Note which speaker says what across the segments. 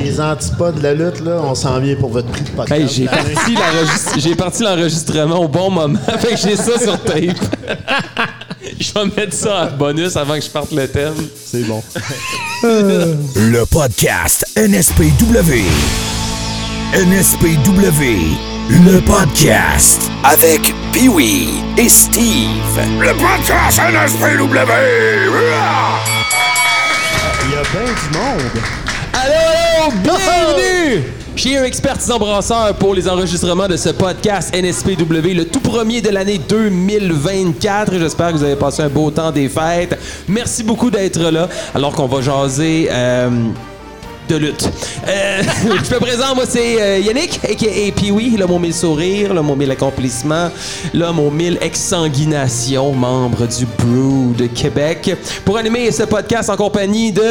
Speaker 1: les antipodes de la lutte, là, on s'en vient pour votre prix de podcast. Ben
Speaker 2: Hey, j'ai parti l'enregistre- j'ai parti l'enregistrement au bon moment. fait que j'ai ça sur tape. Je vais mettre ça en bonus avant que je parte le thème.
Speaker 1: C'est bon.
Speaker 3: Le podcast NSPW. NSPW, le podcast avec Pee-Wee et Steve. Le podcast NSPW.
Speaker 1: Il y a bien du monde.
Speaker 2: Allô, bienvenue chez Eux Expertisan Brasseur pour les enregistrements de ce podcast NSPW, le tout premier de l'année 2024. J'espère que vous avez passé un beau temps des fêtes. Merci beaucoup d'être là, alors qu'on va jaser... euh, de lutte. Euh, je te présente, moi, c'est euh, Yannick, a.k.a. Pee-Wee, l'homme aux mille sourires, l'homme aux mille accomplissements, l'homme aux mille exsanguinations, membre du Brew de Québec, pour animer ce podcast en compagnie de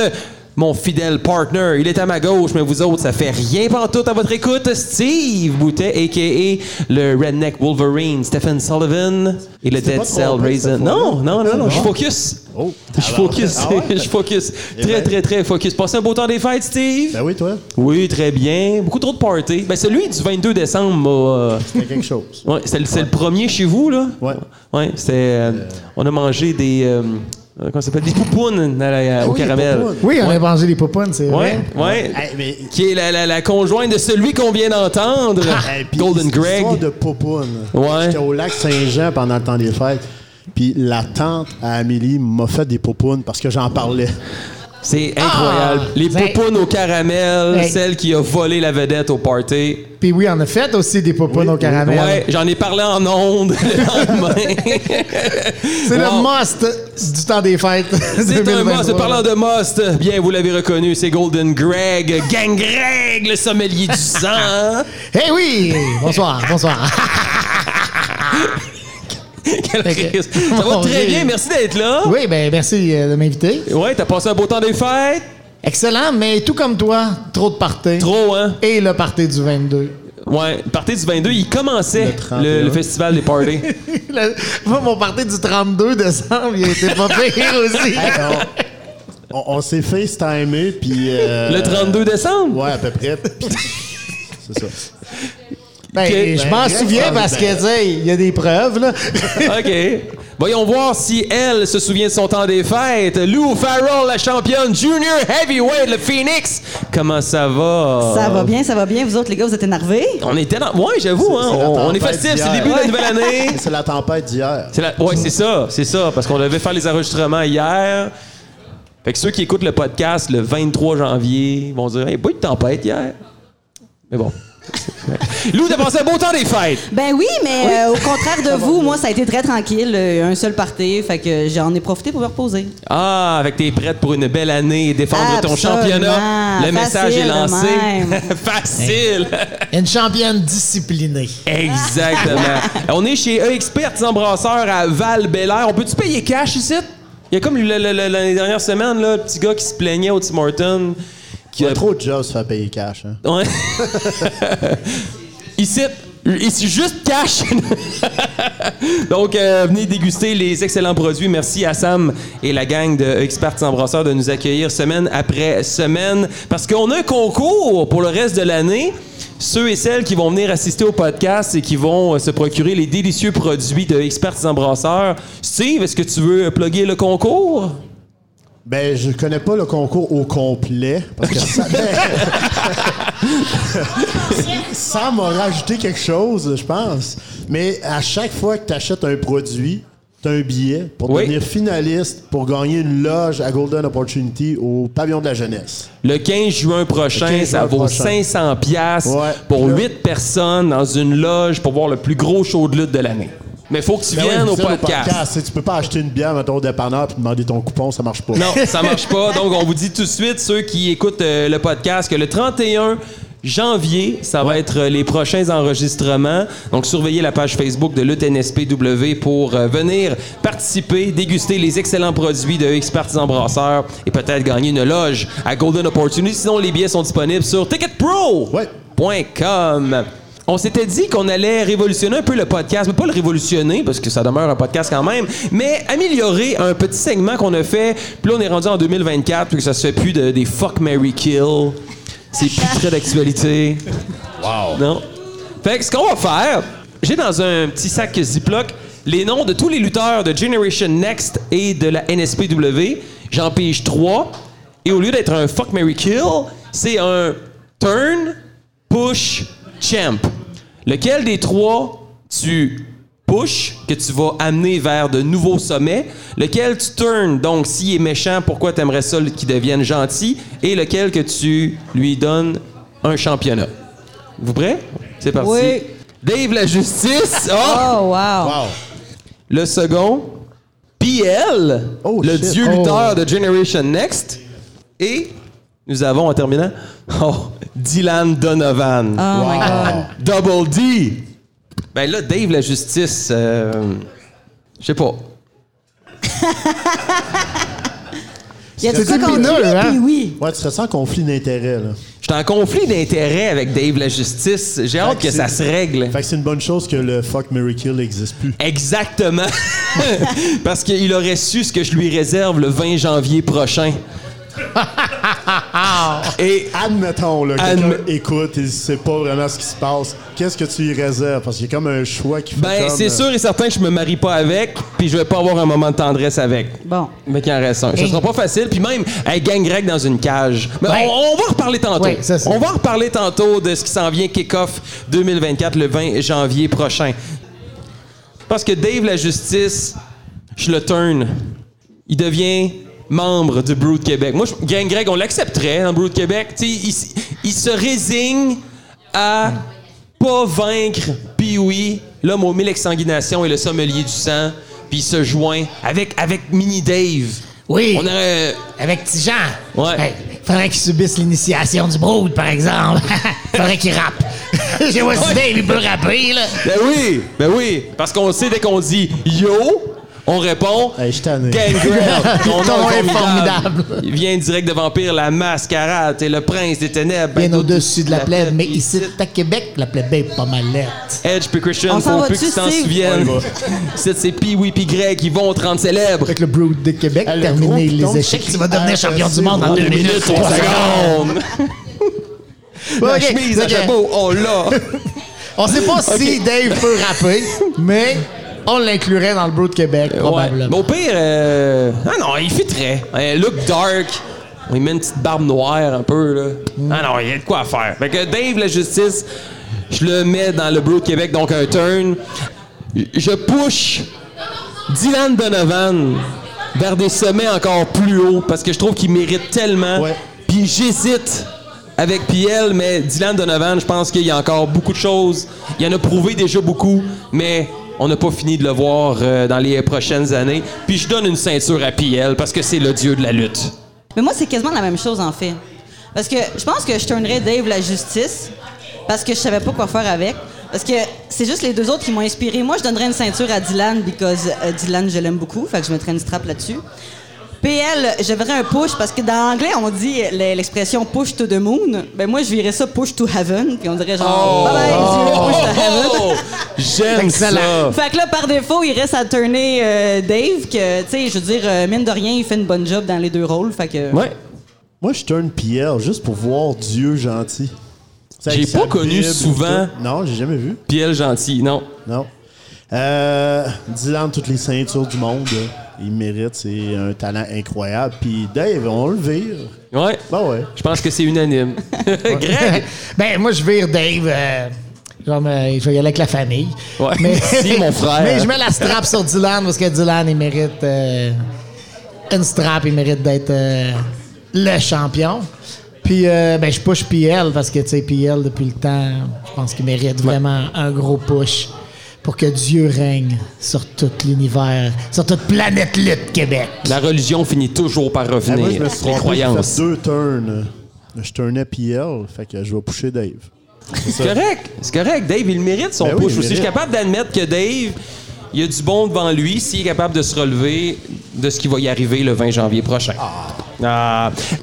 Speaker 2: mon fidèle partner. Il est à ma gauche, mais vous autres, ça fait rien pantoute à votre écoute. Steve Boutet, a.k.a. le Redneck Wolverine, Stephen Sullivan et le
Speaker 1: pas
Speaker 2: Dead
Speaker 1: trop
Speaker 2: Cell
Speaker 1: long, cette
Speaker 2: Raisin.
Speaker 1: fois-là.
Speaker 2: Non, non, non,
Speaker 1: C'est
Speaker 2: non, je suis
Speaker 1: bon.
Speaker 2: focus.
Speaker 1: Oh.
Speaker 2: Je suis
Speaker 1: Alors,
Speaker 2: focus,
Speaker 1: ah ouais?
Speaker 2: je suis focus.
Speaker 1: Eh
Speaker 2: Très,
Speaker 1: ben.
Speaker 2: très, très focus. Passez un beau temps des fêtes, Steve.
Speaker 1: Ben oui, toi,
Speaker 2: Oui, très bien. Beaucoup trop de party. Ben, celui du 22 décembre m'a. euh,
Speaker 1: c'est quelque chose.
Speaker 2: ouais, c'est le, c'est le premier chez vous, là?
Speaker 1: Ouais.
Speaker 2: Ouais, c'était. euh, On a mangé des. euh, euh, comment ça s'appelle? Des poupounes à la-
Speaker 1: Ah
Speaker 2: au
Speaker 1: Oui,
Speaker 2: caramel.
Speaker 1: poupounes.
Speaker 4: Oui, on a mangé les popounes, c'est
Speaker 2: Ouais,
Speaker 4: vrai.
Speaker 2: ouais.
Speaker 1: Hey, mais-
Speaker 2: Qui est la, la- la conjointe de celui qu'on vient d'entendre,
Speaker 1: Hey, puis
Speaker 2: Ah, Golden
Speaker 1: cette
Speaker 2: Greg.
Speaker 1: Histoire de popoune.
Speaker 2: Ouais.
Speaker 1: J'étais au lac Saint-Jean pendant le temps des fêtes. Puis la tante à Amélie m'a fait des popounes parce que j'en parlais.
Speaker 2: C'est incroyable.
Speaker 1: Ah!
Speaker 2: Les
Speaker 4: Ben-
Speaker 2: poupounes au caramel,
Speaker 4: Ben-
Speaker 2: celle qui a volé la vedette au party.
Speaker 4: Puis oui, on a fait aussi des popounes
Speaker 1: Oui,
Speaker 4: au caramel.
Speaker 2: Ouais, j'en ai parlé en ondes le lendemain.
Speaker 4: C'est
Speaker 2: Wow.
Speaker 4: le must du temps des fêtes.
Speaker 2: C'est un
Speaker 4: 2023.
Speaker 2: must. Parlant de must, bien, vous l'avez reconnu, c'est Golden Greg, Gang Greg, le sommelier du sang.
Speaker 4: Eh oui! Bonsoir, bonsoir.
Speaker 2: Quelle
Speaker 4: Fait que-
Speaker 2: crise. Ça va
Speaker 4: Mon
Speaker 2: très
Speaker 4: Dieu.
Speaker 2: bien, merci d'être là.
Speaker 4: Oui, ben merci euh, de m'inviter.
Speaker 2: Ouais, t'as passé un beau temps des fêtes.
Speaker 4: Excellent, mais tout comme toi, trop de parties.
Speaker 2: Trop, hein?
Speaker 4: Et le party du 22.
Speaker 2: Ouais, partie du 22, il commençait
Speaker 1: Le
Speaker 2: le,
Speaker 1: 31.
Speaker 2: le festival des parties.
Speaker 4: Le- moi, mon party du 32 décembre, il était pas pire aussi.
Speaker 1: On, on s'est FaceTimé, puis... euh,
Speaker 2: le 32 décembre?
Speaker 1: Ouais, à peu près. Puis- C'est ça.
Speaker 4: Ben,
Speaker 2: Ok. ah,
Speaker 4: je m'en
Speaker 1: Ben,
Speaker 4: souviens
Speaker 1: ben,
Speaker 4: parce que, tu sais, il y a des preuves, là.
Speaker 2: OK. Voyons voir si elle se souvient de son temps des fêtes. Lou Farrell, la championne junior heavyweight, le Phoenix. Comment ça va?
Speaker 4: Ah.
Speaker 5: Ça va bien, ça va bien. Vous autres, les gars, vous êtes énervés?
Speaker 2: On était dans. Ouais, j'avoue, hein.
Speaker 1: c'est la
Speaker 2: On, on est
Speaker 1: tempête
Speaker 2: festif, c'est
Speaker 1: d'hier.
Speaker 2: le début de la
Speaker 5: Ouais.
Speaker 2: nouvelle année.
Speaker 1: C'est la tempête d'hier.
Speaker 2: C'est la- Ouais, c'est ça, c'est ça, parce qu'on devait faire les enregistrements hier. Fait que ceux qui écoutent le podcast le 23 janvier vont dire Hey, pas eu de tempête hier. Mais bon. Lou, t'as passé un beau temps des fêtes.
Speaker 5: Ben oui, mais euh, au contraire de vous, moi, ça a été très tranquille. euh, Un seul party, fait que j'en ai profité pour me reposer.
Speaker 2: Ah, avec tes prête pour une belle année et défendre ton
Speaker 5: Absolument.
Speaker 2: championnat. Le message est
Speaker 5: Facile de
Speaker 2: lancé.
Speaker 5: même.
Speaker 2: Facile.
Speaker 4: Une championne disciplinée.
Speaker 2: Exactement. On est chez E-Experts Embrasseurs à Val-Bélair. On peut-tu payer cash ici? Il y a comme le- le- le- l'année dernière semaine, là, le petit gars qui se plaignait au Tim Hortons.
Speaker 1: Il
Speaker 2: Qui
Speaker 1: y
Speaker 2: a-
Speaker 1: a trop de jobs se faire payer cash. Hein.
Speaker 2: Ouais. Ici, ici, juste cash. Donc, euh, venez déguster les excellents produits. Merci à Sam et la gang de Experts Embrasseurs de nous accueillir semaine après semaine. Parce qu'on a un concours pour le reste de l'année. Ceux et celles qui vont venir assister au podcast et qui vont euh, se procurer les délicieux produits de Experts Embrasseurs. Steve, est-ce que tu veux euh, plugger le concours?
Speaker 1: Ben, je connais pas le concours au complet. Parce que ça, ça m'a rajouté quelque chose, je pense. Mais à chaque fois que tu achètes un produit, tu as un billet pour
Speaker 2: Oui.
Speaker 1: devenir finaliste pour gagner une loge à Golden Opportunity au pavillon de la jeunesse.
Speaker 2: Le 15 juin prochain,
Speaker 1: Le 15
Speaker 2: ça
Speaker 1: juin
Speaker 2: vaut
Speaker 1: prochain.
Speaker 2: 500 pièces
Speaker 1: Ouais.
Speaker 2: pour
Speaker 1: Là.
Speaker 2: 8 personnes dans une loge pour voir le plus gros show de lutte de l'année. Mais faut que tu
Speaker 1: Ben
Speaker 2: viennes
Speaker 1: ouais,
Speaker 2: au
Speaker 1: c'est ça, le
Speaker 2: podcast.
Speaker 1: podcast, c'est- Tu peux pas acheter une bière, mettons, au dépanneur puis demander ton coupon, ça marche pas.
Speaker 2: Non, ça marche pas. Donc on vous dit tout de suite ceux qui écoutent euh, le podcast que le 31 janvier, ça va être euh, les prochains enregistrements. Donc surveillez la page Facebook de Lutte NSPW pour euh, venir participer, déguster les excellents produits de Experts Embrasseurs et peut-être gagner une loge à Golden Opportunity. Sinon les billets sont disponibles sur Ticket Pro.
Speaker 1: Ouais.
Speaker 2: Com. On s'était dit qu'on allait révolutionner un peu le podcast, mais pas le révolutionner parce que ça demeure un podcast quand même, mais améliorer un petit segment qu'on a fait. Puis là, on est rendu en 2024, puis que ça se fait plus de, des fuck Mary Kill. C'est plus très d'actualité. Wow. Non. Fait que ce qu'on va faire, j'ai dans un petit sac Ziploc les noms de tous les lutteurs de Generation Next et de la NSPW. J'en pige trois. Et au lieu d'être un fuck Mary Kill, c'est un turn, push, champ. Lequel des trois tu push, que tu vas amener vers de nouveaux sommets, lequel tu turn, donc s'il est méchant, pourquoi tu aimerais ça qu'il devienne gentil, et lequel que tu lui donnes un championnat. Vous prêts? C'est parti.
Speaker 5: Oui.
Speaker 2: Dave la justice. Oh!
Speaker 5: Oh, wow.
Speaker 1: Wow.
Speaker 2: Le second, PL,
Speaker 1: Oh,
Speaker 2: le
Speaker 1: shit.
Speaker 2: dieu
Speaker 1: Oh.
Speaker 2: lutteur de Generation Next. Et nous avons en terminant, oh, Dylan Donovan.
Speaker 5: Oh my God.
Speaker 2: Double D. Ben là, Dave la justice, euh, je sais pas.
Speaker 5: Y a-tu
Speaker 4: C'est
Speaker 5: ça qu'on dit?
Speaker 4: épineux, hein?
Speaker 5: Puis oui.
Speaker 1: Ouais, tu serais sans conflit d'intérêt, là.
Speaker 2: Je suis en conflit d'intérêt avec Dave la justice. J'ai hâte que
Speaker 1: c'est-
Speaker 2: ça se règle.
Speaker 1: Fait que c'est une bonne chose que le fuck Mary Kill n'existe plus.
Speaker 2: Exactement. Parce qu'il aurait su ce que je lui réserve le 20 janvier prochain. Et
Speaker 1: Admettons, là,
Speaker 2: Adme-
Speaker 1: quelqu'un écoute, il sait pas vraiment ce qui se passe. Qu'est-ce que tu y réserves? Parce qu'il y a comme un choix qui fait
Speaker 2: ben,
Speaker 1: comme,
Speaker 2: c'est
Speaker 1: euh,
Speaker 2: sûr et certain que je me marie pas avec, puis je vais pas avoir un moment de tendresse avec.
Speaker 5: Bon.
Speaker 2: Mais qu'il en reste un. Ce sera pas facile. Puis même, elle gang grec dans une cage. Mais
Speaker 4: Ouais.
Speaker 2: on, on va reparler tantôt.
Speaker 4: Ouais, ça, c'est-
Speaker 2: on va reparler tantôt de ce qui s'en vient kick-off 2024 le 20 janvier prochain. Parce que Dave la justice, je le turn. Il devient membre du Brood Québec. Moi, je- gang grec, on l'accepterait dans Brood Québec. Tu sais, il, s- il se résigne à pas vaincre Pee-Wee, l'homme aux mille exsanguinations et le sommelier du sang, puis il se joint avec, avec Mini Dave.
Speaker 4: Oui.
Speaker 2: On aurait.
Speaker 4: Avec Tijan.
Speaker 2: Ouais.
Speaker 4: faudrait qu'il subisse l'initiation du brood, par exemple. faudrait qu'il rappe. J'ai vois si Dave, il peut rapper, là.
Speaker 2: Ben oui! Ben oui! Parce qu'on sait dès qu'on dit yo, on répond
Speaker 1: Hey, je suis tanné.
Speaker 2: Gangrel! Ton nom
Speaker 4: Ton
Speaker 2: est
Speaker 4: nom est
Speaker 2: formidable!
Speaker 4: formidable.
Speaker 2: Il vient direct de Vampire, la mascarade, t'es le prince des ténèbres.
Speaker 4: Bien
Speaker 2: ben,
Speaker 4: au-dessus de la plaine, mais ici,
Speaker 2: ici-
Speaker 4: à Québec, la plaine est pas mal lette.
Speaker 2: Edge puis Christian,
Speaker 5: On s'en
Speaker 2: faut
Speaker 5: va
Speaker 2: plus qu'ils
Speaker 5: dessus,
Speaker 2: s'en
Speaker 5: Steve?
Speaker 2: souviennent. C'est c'est Pee-Wee puis Greg qui vont aux 30 célèbres.
Speaker 4: Avec le brood de Québec,
Speaker 1: Ah, le
Speaker 4: terminer
Speaker 1: gros piton
Speaker 4: les échecs.
Speaker 1: qui-
Speaker 4: Tu vas devenir
Speaker 1: Ah,
Speaker 4: champion du
Speaker 1: c'est
Speaker 4: monde en
Speaker 1: bon.
Speaker 4: deux
Speaker 1: Deux
Speaker 4: minutes,
Speaker 1: minutes,
Speaker 4: trois
Speaker 1: trois
Speaker 4: secondes.
Speaker 2: La
Speaker 4: Ok,
Speaker 2: chemise, le
Speaker 4: ok.
Speaker 2: chapeau, oh on l'a!
Speaker 4: On sait pas si Dave peut rapper, mais on l'inclurait dans le brood de Québec,
Speaker 2: Ouais. Mais
Speaker 4: probablement.
Speaker 2: au pire, euh... ah non, il fitterait. Un look dark. Il met une petite barbe noire un peu, là. Ah non, il y a de quoi à faire. Fait que Dave, la justice, je le mets dans le Bro de Québec, donc un turn. Je push Dylan Donovan vers des sommets encore plus hauts parce que je trouve qu'il mérite tellement.
Speaker 1: Ouais.
Speaker 2: Puis j'hésite avec Piel, mais Dylan Donovan, je pense qu'il y a encore beaucoup de choses. Il en a prouvé déjà beaucoup, mais on n'a pas fini de le voir euh, dans les prochaines années. Puis je donne une ceinture à Piel parce que c'est le dieu de la lutte.
Speaker 5: Mais moi, c'est quasiment la même chose, en fait. Parce que je pense que je tournerais Dave la justice parce que je savais pas quoi faire avec. Parce que c'est juste les deux autres qui m'ont inspiré. Moi, je donnerais une ceinture à Dylan because euh, Dylan, je l'aime beaucoup. Fait que je mettrais une strap là-dessus. PL, je verrais un push parce que dans l'anglais, on dit l- l'expression push to the moon. Ben moi, je virais ça push to heaven. Puis on dirait genre bye bye, monsieur, push to heaven.
Speaker 2: Oh! J'aime ça!
Speaker 4: Excellent.
Speaker 5: Fait que là, par défaut, il reste à tourner euh, Dave, que, tu sais, je veux dire, euh, mine de rien, il fait une bonne job dans les deux rôles, fait que...
Speaker 2: Ouais.
Speaker 1: Moi, je turn Pierre juste pour voir Dieu gentil. Tu sais,
Speaker 2: J'ai
Speaker 1: avec
Speaker 2: pas
Speaker 1: sa
Speaker 2: connu
Speaker 1: Bible et
Speaker 2: souvent.
Speaker 1: tout. Non, j'ai jamais vu.
Speaker 2: Piel gentil, non.
Speaker 1: Non. Euh, Dylan, toutes les ceintures du monde, euh, il mérite, c'est un talent incroyable. Puis Dave, on le vire.
Speaker 2: Ouais.
Speaker 1: Ben ouais.
Speaker 2: Je pense que c'est unanime. Greg!
Speaker 4: ben, moi, je vire Dave. euh, genre, euh, je vais y aller avec la famille.
Speaker 2: Ouais. Si, mon frère.
Speaker 4: Mais je mets la strap sur Dylan parce que Dylan, il mérite euh, une strap. Il mérite d'être euh, le champion. Puis, euh, ben, je push PL parce que, tu sais, PL, depuis le temps, je pense qu'il mérite vraiment un gros push pour que Dieu règne sur tout l'univers, sur toute planète lutte Québec.
Speaker 2: La religion finit toujours par
Speaker 1: Ah, moi, je
Speaker 2: revenir.
Speaker 1: me suis
Speaker 2: Les
Speaker 1: trompé, j'ai fait
Speaker 2: croyances.
Speaker 1: deux turns. Je turnais Pierre, fait que je vais pousser Dave.
Speaker 2: C'est correct. C'est correct. Dave, il mérite son
Speaker 1: Ben oui,
Speaker 2: push
Speaker 1: il
Speaker 2: aussi. Je suis
Speaker 1: mérite.
Speaker 2: capable d'admettre que Dave, il y a du bon devant lui s'il est capable de se relever de ce qui va y arriver le 20 janvier prochain. Ah.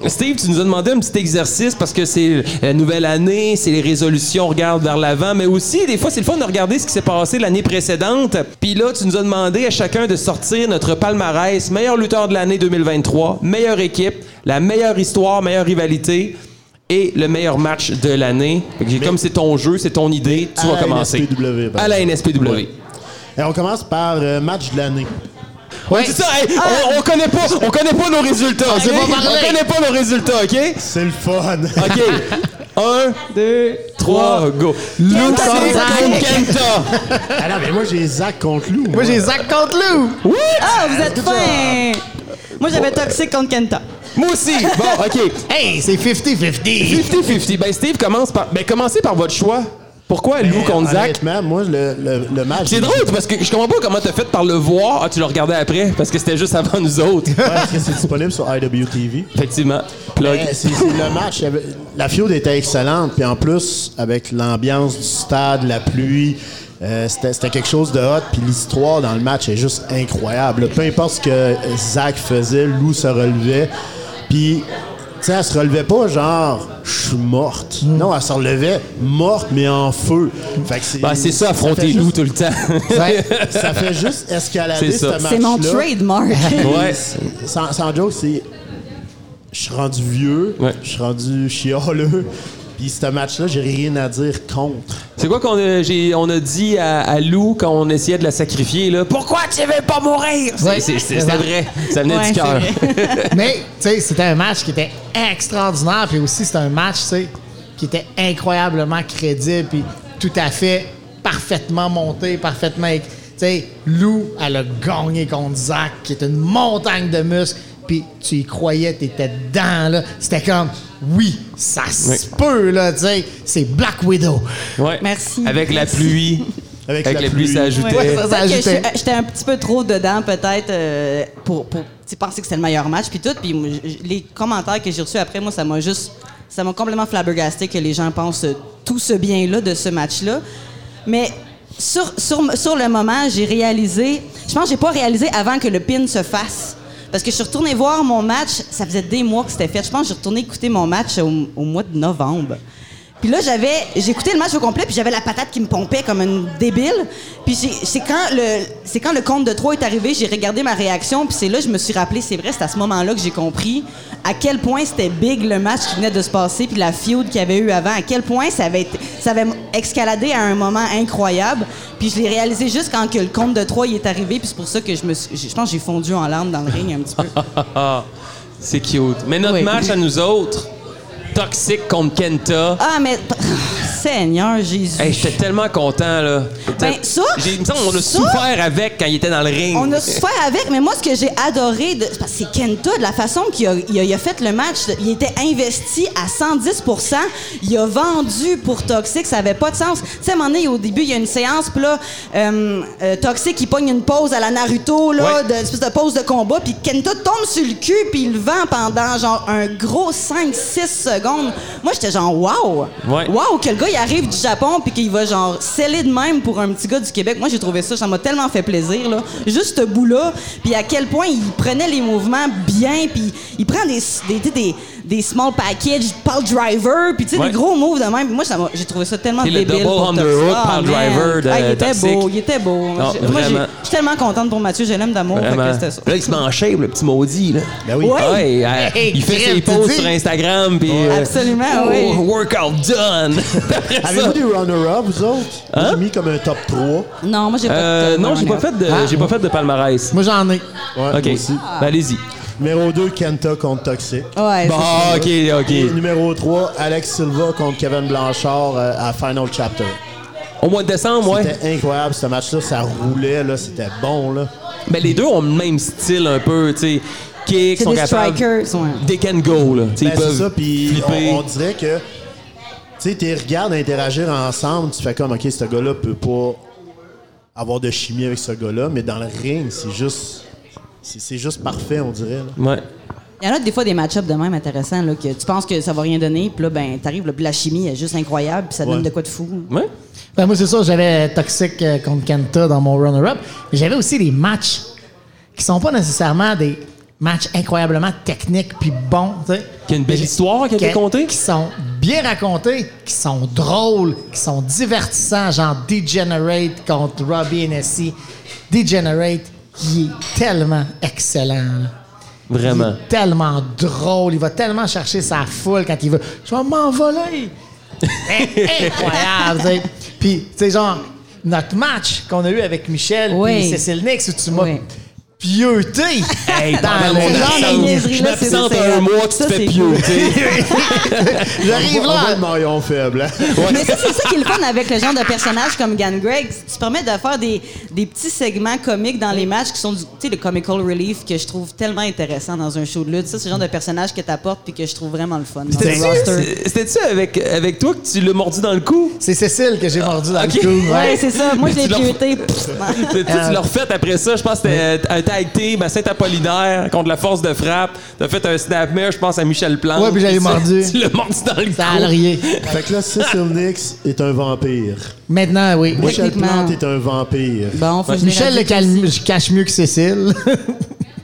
Speaker 2: Steve, tu nous as demandé un petit exercice parce que c'est la nouvelle année, c'est les résolutions, on regarde vers l'avant, mais aussi, des fois, c'est le fun de regarder ce qui s'est passé l'année précédente. Puis là, tu nous as demandé à chacun de sortir notre palmarès, meilleur lutteur de l'année 2023, meilleure équipe, la meilleure histoire, meilleure rivalité. et le meilleur match de l'année. Fait que j'ai- Comme c'est ton jeu, c'est ton idée, tu
Speaker 1: à
Speaker 2: vas
Speaker 1: la
Speaker 2: commencer.
Speaker 1: NSPW, par
Speaker 2: à la
Speaker 1: exemple.
Speaker 2: NSPW.
Speaker 1: Ouais. Et on commence par euh, match de l'année.
Speaker 2: Ouais, c'est ça. hey, on, on connaît pas, on connaît pas nos résultats. On,
Speaker 4: s'est pas parlé.
Speaker 2: connaît pas nos résultats, ok
Speaker 1: C'est le fun.
Speaker 2: Ok. Un, deux, trois, go. Lou
Speaker 4: Kenta
Speaker 2: Kenta.
Speaker 4: Zach.
Speaker 2: Kenta.
Speaker 1: ah non, mais moi, j'ai Zach contre Lou.
Speaker 4: Moi, j'ai Zach contre Lou.
Speaker 5: Ah, vous êtes fin! Moi, j'avais Toxic contre Kenta.
Speaker 2: Moi aussi. Bon, ok.
Speaker 4: Hey, c'est 50-50.
Speaker 2: 50-50. Ben, Steve, commence par. Ben, commencez par votre choix. Pourquoi Lou contre Zach?
Speaker 1: Honnêtement, moi, le, le, le match.
Speaker 2: C'est drôle parce que je comprends pas comment t'as fait par le voir. Ah, tu le regardais après parce que c'était juste avant nous autres.
Speaker 1: Ouais, parce que c'est disponible sur IWTV.
Speaker 2: Effectivement. Plug.
Speaker 1: Mais c'est- c'est le match. il y avait- La fiode était excellente. Puis en plus, avec l'ambiance du stade, la pluie, euh, c'était c'était quelque chose de hot. Puis l'histoire dans le match est juste incroyable. Peu importe ce que Zach faisait, Lou se relevait. Puis, tu sais, elle se relevait pas genre, je suis morte.
Speaker 2: Mm.
Speaker 1: Non, elle se relevait morte, mais en feu. Fait que
Speaker 2: Ben, c'est ça,
Speaker 1: fait
Speaker 2: affronter
Speaker 1: juste-
Speaker 2: Lou tout le temps.
Speaker 1: ça fait juste escalader
Speaker 2: C'est
Speaker 1: ce
Speaker 2: ça.
Speaker 1: match-là.
Speaker 5: C'est mon trademark.
Speaker 2: Ouais.
Speaker 1: Puis, Sans, sans joke, c'est. Je suis rendu vieux,
Speaker 2: Ouais.
Speaker 1: je suis rendu chialeux. Puis ce match-là, j'ai rien à dire contre.
Speaker 2: C'est quoi qu'on a, j'ai- on a dit à, à Lou quand on essayait de la sacrifier, là? Pourquoi tu veux pas mourir? C'est-
Speaker 4: Ouais.
Speaker 2: c'est- c'est- C'était vrai. Ça venait
Speaker 5: Ouais,
Speaker 2: du cœur.
Speaker 5: c'est vrai.
Speaker 4: Mais, tu sais, c'était un match qui était extraordinaire. Puis aussi, c'était un match, tu sais, qui était incroyablement crédible. Puis tout à fait parfaitement monté, parfaitement. éc- Tu sais, Lou, elle a gagné contre Zach, qui est une montagne de muscles. Puis tu y croyais, t'étais dedans, là. C'était comme, oui, ça se
Speaker 2: Oui.
Speaker 4: peut, là, tu sais. C'est Black Widow.
Speaker 2: Ouais.
Speaker 5: Merci.
Speaker 2: Avec la
Speaker 5: Merci.
Speaker 2: pluie.
Speaker 1: Avec la
Speaker 2: la pluie,
Speaker 1: pluie.
Speaker 2: ça
Speaker 5: Ouais,
Speaker 2: ajoutait.
Speaker 5: c'est
Speaker 4: ça
Speaker 5: pour ça que
Speaker 4: ajoutait.
Speaker 5: je- J'étais un petit peu trop dedans, peut-être, euh, pour, pour tu sais, penser que c'était le meilleur match, puis tout. Puis moi, j- les commentaires que j'ai reçus après, moi, ça m'a juste. Ça m'a complètement flabbergasté que les gens pensent euh, tout ce bien-là de ce match-là. Mais sur, sur, sur le moment, j'ai réalisé. Je pense que j'ai pas réalisé avant que le pin se fasse. Parce que je suis retournée voir mon match, ça faisait des mois que c'était fait. Je pense que je suis retournée écouter mon match au, au mois de novembre. Puis là, j'avais, j'écoutais le match au complet, puis j'avais la patate qui me pompait comme une débile. Puis j'ai- c'est quand le, c'est quand le compte de 3 est arrivé, j'ai regardé ma réaction, puis c'est là que je me suis rappelé, c'est vrai, c'est à ce moment-là que j'ai compris à quel point c'était big le match qui venait de se passer, puis la feud qu'il y avait eu avant, à quel point ça avait, été- ça avait escaladé à un moment incroyable. Puis je l'ai réalisé juste quand que le compte de 3 est arrivé, puis c'est pour ça que je me, suis- je pense que j'ai fondu en larmes dans le ring un petit peu.
Speaker 2: Ah, c'est cute. Mais notre
Speaker 5: Oui.
Speaker 2: match à nous autres, Toxic contre Kenta.
Speaker 5: Ah mais Seigneur Jésus.
Speaker 2: Hey, j'étais tellement content, là.
Speaker 5: Ben, ça,
Speaker 2: J'ai il me semble qu'on a
Speaker 5: ça-
Speaker 2: souffert avec quand il était dans le ring.
Speaker 5: On a souffert avec, mais moi, ce que j'ai adoré, de, c'est parce que c'est Kenta, de la façon qu'il a, il a- il a fait le match, il était investi à 110 Il a vendu pour Toxic, ça avait pas de sens. Tu sais, à un moment donné, au début, il y a une séance, puis là, euh, euh, Toxic, il pogne une pause à la Naruto, là,
Speaker 2: Ouais.
Speaker 5: de, espèce de pause de combat, puis Kenta tombe sur le cul, puis il le vend pendant, genre, un gros 5-6 secondes. Moi, j'étais genre, wow!
Speaker 2: Ouais.
Speaker 5: Wow! Wow, Ah, que le gars il arrive du Japon puis qu'il va genre sceller de même pour un petit gars du Québec. Moi j'ai trouvé ça, ça m'a tellement fait plaisir là. Juste ce bout là, puis à quel point il prenait les mouvements bien, puis il prend des des des, des, des small packages, pal driver, puis tu sais
Speaker 2: Ouais.
Speaker 5: des gros moves de même. Moi ça m'a- j'ai trouvé ça tellement
Speaker 2: Et le
Speaker 5: débile.
Speaker 2: double
Speaker 5: pour Toxic.
Speaker 2: underhook
Speaker 5: Ah,
Speaker 2: pal
Speaker 5: man.
Speaker 2: driver de
Speaker 5: Ah, il était
Speaker 2: Toxic.
Speaker 5: beau, il était beau.
Speaker 2: Non,
Speaker 5: Je- moi j'ai-
Speaker 2: vraiment.
Speaker 5: je suis tellement contente pour Mathieu, je l'aime d'amour. fait que
Speaker 2: Vraiment.
Speaker 5: c'était ça.
Speaker 2: Là, il se met en shape, le petit maudit, là.
Speaker 1: Ben oui.
Speaker 5: Ouais.
Speaker 2: Ouais, euh,
Speaker 4: Hey,
Speaker 2: il fait
Speaker 4: crème,
Speaker 2: ses
Speaker 4: tu
Speaker 2: posts
Speaker 4: dis.
Speaker 2: sur Instagram, puis... euh,
Speaker 5: Absolument,
Speaker 2: oh,
Speaker 5: oui.
Speaker 2: Workout done! Après ça, Hein?
Speaker 1: Avez-vous des runner-up, vous autres? J'ai mis comme un top 3. Ouais,
Speaker 5: Non, moi j'ai pas
Speaker 2: euh,
Speaker 5: de-
Speaker 2: non, j'ai pas fait de,
Speaker 4: Ah.
Speaker 2: j'ai pas fait de palmarès.
Speaker 4: Moi, j'en ai.
Speaker 1: Ah, moi
Speaker 2: Ok,
Speaker 1: aussi.
Speaker 2: Ben, allez-y.
Speaker 1: Numéro 2, Kenta contre Toxic.
Speaker 5: Ouais,
Speaker 2: Bon,
Speaker 5: ça,
Speaker 2: Ah, ok,
Speaker 1: Et
Speaker 2: ok.
Speaker 1: numéro 3, Alex Silva contre Kevin Blanchard euh, à Final Chapter.
Speaker 2: Au mois de décembre, ouais.
Speaker 1: C'était incroyable, ce match-là, ça roulait, là, c'était bon, là.
Speaker 2: Ben, les deux ont le même style un peu, tu sais. Kick,
Speaker 5: C'est
Speaker 2: sont
Speaker 5: des
Speaker 2: capables.
Speaker 5: strikers, ouais.
Speaker 2: They can go, là. Tu sais, ils
Speaker 1: Ben, c'est
Speaker 2: peuvent
Speaker 1: ça, puis
Speaker 2: flipper.
Speaker 1: on, on dirait que, tu sais, tu regardes interagir ensemble, tu fais comme, OK, ce gars-là peut pas avoir de chimie avec ce gars-là, mais dans le ring, c'est juste, c'est c'est juste parfait, on dirait. là.
Speaker 2: Ouais.
Speaker 5: Il y en a des fois des match-ups de même intéressants, là, que tu penses que ça va rien donner, puis là, ben, t'arrives, là, puis la chimie est juste incroyable, puis ça
Speaker 1: Ouais.
Speaker 5: donne de quoi de fou.
Speaker 2: Ouais.
Speaker 4: Ben, moi, c'est ça, j'avais Toxic euh, contre Kenta dans mon runner-up. Mais J'avais aussi des matchs qui sont pas nécessairement des matchs incroyablement techniques puis bons, tu sais.
Speaker 2: Qui a une belle
Speaker 4: Mais-
Speaker 2: histoire qui a été
Speaker 4: qui-
Speaker 2: contée.
Speaker 4: Qui sont bien racontés, qui sont drôles, qui sont divertissants, genre Degenerate contre Robbie Hennessy. Degenerate, il est tellement excellent. là.
Speaker 2: Vraiment.
Speaker 4: Il est tellement drôle. Il va tellement chercher sa foule quand il veut. Je vais m'envoler. C'est incroyable. tu sais. Puis, tu sais, genre, notre match qu'on a eu avec Michel
Speaker 5: Oui.
Speaker 4: puis Cécile Nix, où tu m'as
Speaker 5: Oui.
Speaker 4: pieuté.
Speaker 2: Hey,
Speaker 5: Ah,
Speaker 4: Dans
Speaker 2: pendant
Speaker 4: le-
Speaker 2: mon
Speaker 4: Genre,
Speaker 2: absence,
Speaker 4: les
Speaker 2: je
Speaker 5: niaiseries-là, c'est
Speaker 2: m'absente
Speaker 5: ça, c'est
Speaker 2: un
Speaker 5: hot.
Speaker 2: mois, tu te
Speaker 5: Ça,
Speaker 2: fais
Speaker 5: c'est
Speaker 2: pioter.
Speaker 4: J'arrive
Speaker 1: On voit
Speaker 4: là.
Speaker 1: le maillon faible. hein?
Speaker 5: Mais ça, c'est ça qui est le fun avec le genre de personnage comme Gan Gregg. Tu te permets de faire des, des petits segments comiques dans les matchs qui sont du, tu sais, le comical relief que je trouve tellement intéressant dans un show de lutte. Ça, c'est le genre de personnage que t'apportes puis que je trouve vraiment le fun. dans
Speaker 2: C'était-tu-
Speaker 5: le roster.
Speaker 2: C'était-tu avec, avec toi que tu l'as mordu dans le cou?
Speaker 4: C'est Cécile que j'ai mordu dans
Speaker 2: ok.
Speaker 4: le cou.
Speaker 5: Ouais, c'est ça. Moi, je
Speaker 2: Mais
Speaker 5: l'ai
Speaker 2: tu l'as-
Speaker 5: pieuté. Pff,
Speaker 2: Tu- tu
Speaker 4: Euh,
Speaker 2: tu l'as refait après ça, je pense que c'était un tag team à Saint-Apollinaire contre la force de frappe. T'as fait un snapmare, je pense, à Michel Plante.
Speaker 4: Ouais, puis j'avais
Speaker 2: Tu-
Speaker 4: mordu.
Speaker 2: Tu l'as mordu dans le
Speaker 4: Ça a
Speaker 2: cou.
Speaker 4: rien.
Speaker 1: fait que là, Cecil Nix est un vampire.
Speaker 4: Maintenant, oui.
Speaker 1: Michel
Speaker 5: Techniquement.
Speaker 1: Plante est un vampire.
Speaker 5: Bon, faut que je
Speaker 4: Michel
Speaker 5: l'éradique
Speaker 4: le calme-
Speaker 5: aussi.
Speaker 4: je cache mieux que Cécile.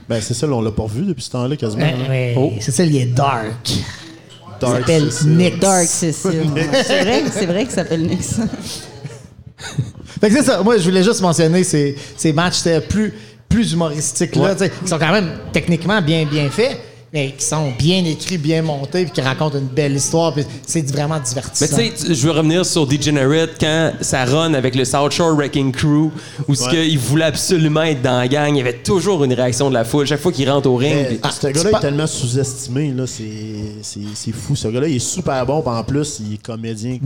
Speaker 1: Ben, c'est ça, on l'a pas revu depuis ce temps-là quasiment.
Speaker 4: Ouais,
Speaker 1: hein.
Speaker 4: ouais. Oh. Cécile, il est dark. Il
Speaker 1: Dark euh,
Speaker 4: s'appelle
Speaker 1: Cecil.
Speaker 4: Nick.
Speaker 5: Dark Cécile. C'est vrai, c'est vrai qu'il s'appelle Nix.
Speaker 4: Fait que c'est ça. Moi, je voulais juste mentionner ces, ces matchs c'était plus, plus humoristiques, là, tu sais, qui sont quand même techniquement bien, bien faits, mais qui sont bien écrits, bien montés, puis qui racontent une belle histoire, puis c'est vraiment
Speaker 2: Mais
Speaker 4: divertissant.
Speaker 2: tu sais, tu- je veux revenir sur Degenerate quand ça run avec le South Shore Wrecking Crew, où ce
Speaker 1: Ouais.
Speaker 2: qu'il voulait absolument être dans la gang, il y avait toujours une réaction de la foule. Chaque fois qu'il rentre au ring,
Speaker 1: Eh,
Speaker 2: puis-
Speaker 1: ce gars-là est tellement sous-estimé, là, c'est, c'est, c'est fou. Ce gars-là, il est super bon, puis en plus, il est comédien.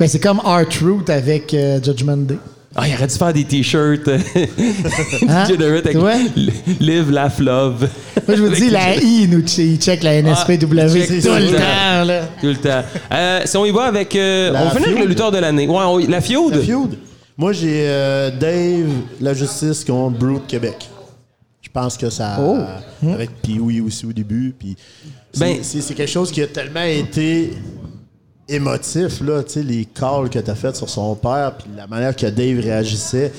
Speaker 4: Ben, c'est comme Art Root avec euh, Judgment Day.
Speaker 2: Ah, il aurait dû faire des t-shirts euh,
Speaker 4: Hein?
Speaker 2: Degenerate avec
Speaker 4: Tu vois?
Speaker 2: Live, Laugh, Love.
Speaker 4: Moi, je vous dis, la I, nous, che- il check la NSPW
Speaker 2: Ah,
Speaker 4: tout
Speaker 2: check
Speaker 4: le temps, là.
Speaker 2: Tout le temps. Euh, si on y va avec. euh,
Speaker 1: La
Speaker 2: on va finir avec le
Speaker 1: feud.
Speaker 2: lutteur de l'année. Ouais, on- la Fiode.
Speaker 1: La feud. Moi, j'ai euh, Dave, la justice contre Brute Québec. Je pense que ça.
Speaker 2: Oh.
Speaker 1: euh, Avec Pee-Wee aussi au début. Puis c'est,
Speaker 2: Ben-
Speaker 1: c'est- c'est quelque chose qui a tellement été émotif, là. Tu sais, les calls que t'as fait sur son père, puis la manière que Dave réagissait.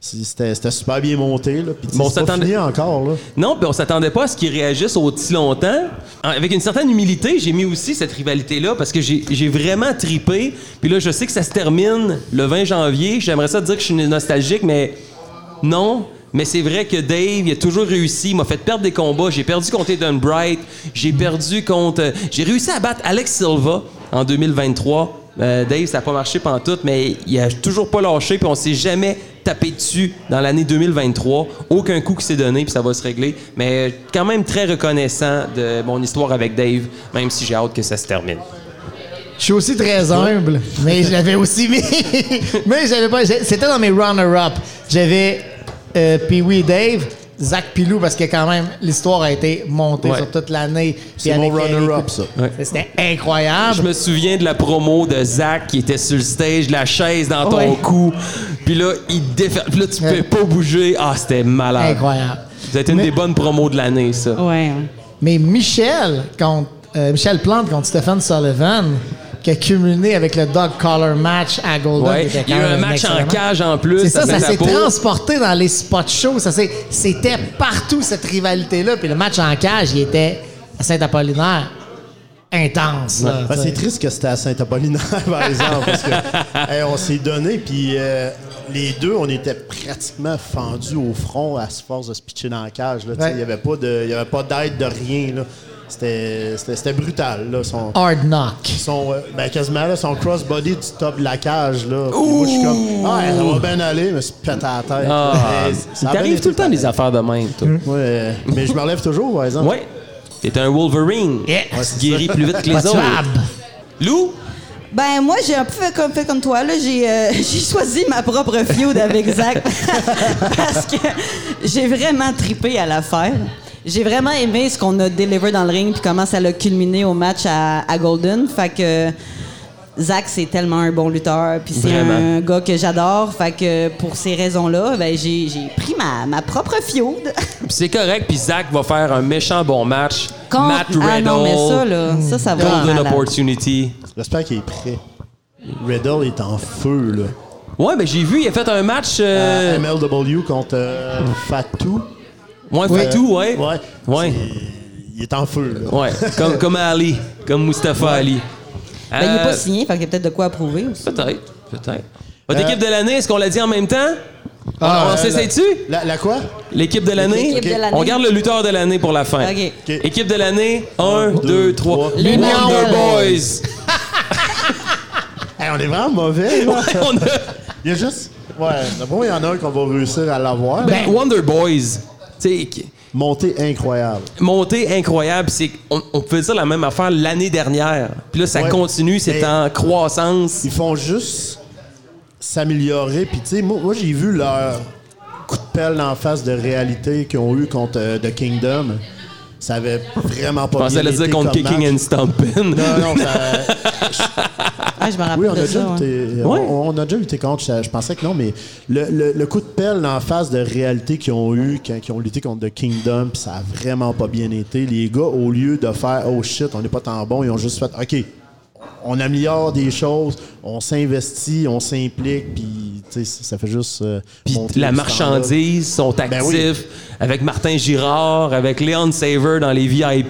Speaker 1: c'est- C'était, c'était super bien monté, là. Puis tu sais,
Speaker 2: Bon, on
Speaker 1: c'est pas
Speaker 2: s'attendait-
Speaker 1: fini encore, là.
Speaker 2: Non, puis on s'attendait pas à ce qu'ils réagissent aussi longtemps. En- Avec une certaine humilité, j'ai mis aussi cette rivalité-là parce que j'ai j'ai vraiment tripé. Puis là, je sais que ça se termine le 20 janvier. J'aimerais ça dire que je suis nostalgique, mais non. Mais c'est vrai que Dave, il a toujours réussi. Il m'a fait perdre des combats. J'ai perdu contre Eden Bright. J'ai perdu contre. euh, J'ai réussi à battre Alex Silva en 2023. Euh, Dave, ça n'a pas marché pantoute, mais il a toujours pas lâché, puis on s'est jamais tapé dessus dans l'année 2023. Aucun coup qui s'est donné, puis ça va se régler. Mais euh, quand même très reconnaissant de mon histoire avec Dave, même si j'ai hâte que ça se termine.
Speaker 4: Je suis aussi très humble, mais je l'avais aussi mis. mais j'avais pas. j'ai- C'était dans mes runner-up. J'avais euh, Pee-Wee Dave, Zach Pilou, parce que quand même, l'histoire a été montée
Speaker 2: Ouais.
Speaker 4: sur toute l'année. puis
Speaker 1: C'est mon
Speaker 4: avec, euh,
Speaker 1: runner-up,
Speaker 4: les-
Speaker 1: ça.
Speaker 2: Ouais.
Speaker 4: C'était incroyable.
Speaker 2: Je me souviens de la promo de Zach qui était sur le stage, la chaise dans ton
Speaker 4: Ouais.
Speaker 2: cou. Puis là, il défer... Puis là, tu pouvais
Speaker 4: Ouais.
Speaker 2: pas bouger. Ah, c'était malade.
Speaker 4: Incroyable.
Speaker 2: Vous êtes une
Speaker 4: Mais-
Speaker 2: des bonnes promos de l'année, ça.
Speaker 5: Ouais.
Speaker 4: Mais Michel, contre, euh, Michel Plante contre Stephen Sullivan, qui a cumulé avec le Dog Collar match à Golden.
Speaker 2: Ouais.
Speaker 4: qui était
Speaker 2: Il y a
Speaker 4: quand
Speaker 2: eu un
Speaker 4: même
Speaker 2: match en
Speaker 4: excellent.
Speaker 2: cage en plus.
Speaker 4: C'est ça,
Speaker 2: avec
Speaker 4: ça
Speaker 2: la
Speaker 4: s'est
Speaker 2: peau.
Speaker 4: transporté dans les spots chauds. Ça s'est- c'était partout cette rivalité-là. Puis le match en cage, il était à Saint-Apollinaire intense. là,
Speaker 1: Ben,
Speaker 4: tu sais.
Speaker 1: c'est triste que c'était à Saint-Apollinaire, par exemple, parce que hey, on s'est donné, puis euh, les deux, on était pratiquement fendus au front à se force de se pitcher dans la cage. là, tu sais.
Speaker 4: Ouais.
Speaker 1: Il n'y avait pas de- il y avait pas d'aide de rien. là. C'était c'était- c'était brutal. Là.
Speaker 2: Ah.
Speaker 1: Son,
Speaker 4: Hard knock.
Speaker 1: son, euh, ben, quasiment là, son crossbody du top de la cage. Là. Puis Moi, je suis comme, ah, ça va bien aller, mais se pète à la tête.
Speaker 2: Ah,
Speaker 1: Mais ça
Speaker 2: il
Speaker 1: a bien
Speaker 2: t'arrive
Speaker 1: été
Speaker 2: tout le temps
Speaker 1: pareil.
Speaker 2: des affaires de même, toi.
Speaker 4: Hum.
Speaker 1: Ouais, euh, mais je me relève toujours, par exemple.
Speaker 2: Ouais. T'es un Wolverine.
Speaker 4: Yeah.
Speaker 2: Tu guéris plus vite que les
Speaker 4: Pas
Speaker 2: autres.
Speaker 4: tuable.
Speaker 2: Lou?
Speaker 5: Ben moi j'ai un peu fait comme, fait comme toi là, j'ai euh, j'ai choisi ma propre feud avec Zach parce que j'ai vraiment tripé à l'affaire. J'ai vraiment aimé ce qu'on a délivré dans le ring puis comment ça l'a culminé au match à, à Golden. Fait que Zach c'est tellement un bon lutteur puis c'est
Speaker 2: Vraiment.
Speaker 5: un gars que j'adore. Fait que pour ces raisons là, ben j'ai j'ai pris ma, ma propre feud
Speaker 2: Puis c'est correct, puis Zach va faire un méchant bon match.
Speaker 5: contre
Speaker 2: Matt Riddle.
Speaker 5: ah non mais ça là, ça ça va. être
Speaker 2: Golden
Speaker 5: malade.
Speaker 2: Opportunity.
Speaker 1: J'espère qu'il est prêt. Riddle est en feu, là.
Speaker 2: Ouais, ben j'ai vu, il a fait un match. euh,
Speaker 1: Euh, MLW contre euh, Fatou. Euh,
Speaker 2: ouais, Fatou, ouais.
Speaker 1: Ouais.
Speaker 2: Ouais.
Speaker 1: C'est- Il est en feu, là.
Speaker 2: Ouais. Comme, comme Ali. Comme Mustafa Ali.
Speaker 5: Ben, il est pas
Speaker 2: Euh,
Speaker 5: signé, fait qu'il y a peut-être de quoi approuver aussi.
Speaker 2: Peut-être. Peut-être. Votre équipe de l'année, est-ce qu'on l'a dit en même temps? on on s'essaie-tu?
Speaker 1: La, la quoi?
Speaker 2: L'équipe de l'année?
Speaker 5: L'équipe de l'année.
Speaker 2: On garde le lutteur de l'année pour la fin.
Speaker 5: OK.
Speaker 1: OK.
Speaker 2: Équipe de l'année, 1, 2, 3.
Speaker 1: trois.
Speaker 2: Les
Speaker 4: Union.
Speaker 2: Wonder Boys!
Speaker 1: Hey, on est vraiment mauvais. là.
Speaker 2: On a-
Speaker 1: Il y a juste. Ouais, d'après moi, il y en a un qu'on va réussir à l'avoir.
Speaker 2: Ben, Wonder Boys! Tu sais,
Speaker 1: Montée incroyable.
Speaker 2: montée incroyable. C'est on, on pouvait dire la même affaire l'année dernière. Puis là, ça
Speaker 1: Ouais.
Speaker 2: continue, c'est
Speaker 1: Mais-
Speaker 2: en croissance.
Speaker 1: Ils font juste s'améliorer. Puis, tu sais, moi, moi, j'ai vu leur coup de pelle en face de réalité qu'ils ont eu contre euh, The Kingdom. Ça avait vraiment
Speaker 2: Je
Speaker 1: pas
Speaker 2: pensais
Speaker 1: bien
Speaker 2: le
Speaker 1: été
Speaker 2: dire contre
Speaker 1: comme
Speaker 2: Kicking
Speaker 1: match.
Speaker 2: and Stomping.
Speaker 1: Non, non, ça-
Speaker 5: Ah, je me rappelle
Speaker 1: Oui, on a,
Speaker 5: de ça.
Speaker 1: déjà
Speaker 5: ouais.
Speaker 1: lutté,
Speaker 2: Ouais.
Speaker 1: on, on a déjà lutté contre. ça. Je pensais que non, mais le, le- le coup de pelle en face de réalité qu'ils ont eu quand ils ont lutté contre The Kingdom, pis ça a vraiment pas bien été. Les gars, au lieu de faire oh shit, on n'est pas tant bon, ils ont juste fait OK, on améliore des choses, on s'investit, on s'implique, puis tu sais, ça fait juste. euh,
Speaker 2: Puis
Speaker 1: monter
Speaker 2: la
Speaker 1: le
Speaker 2: marchandise sont actifs
Speaker 1: Ben oui.
Speaker 2: avec Martin Girard, avec Léon Saver dans les VIP.
Speaker 1: standard.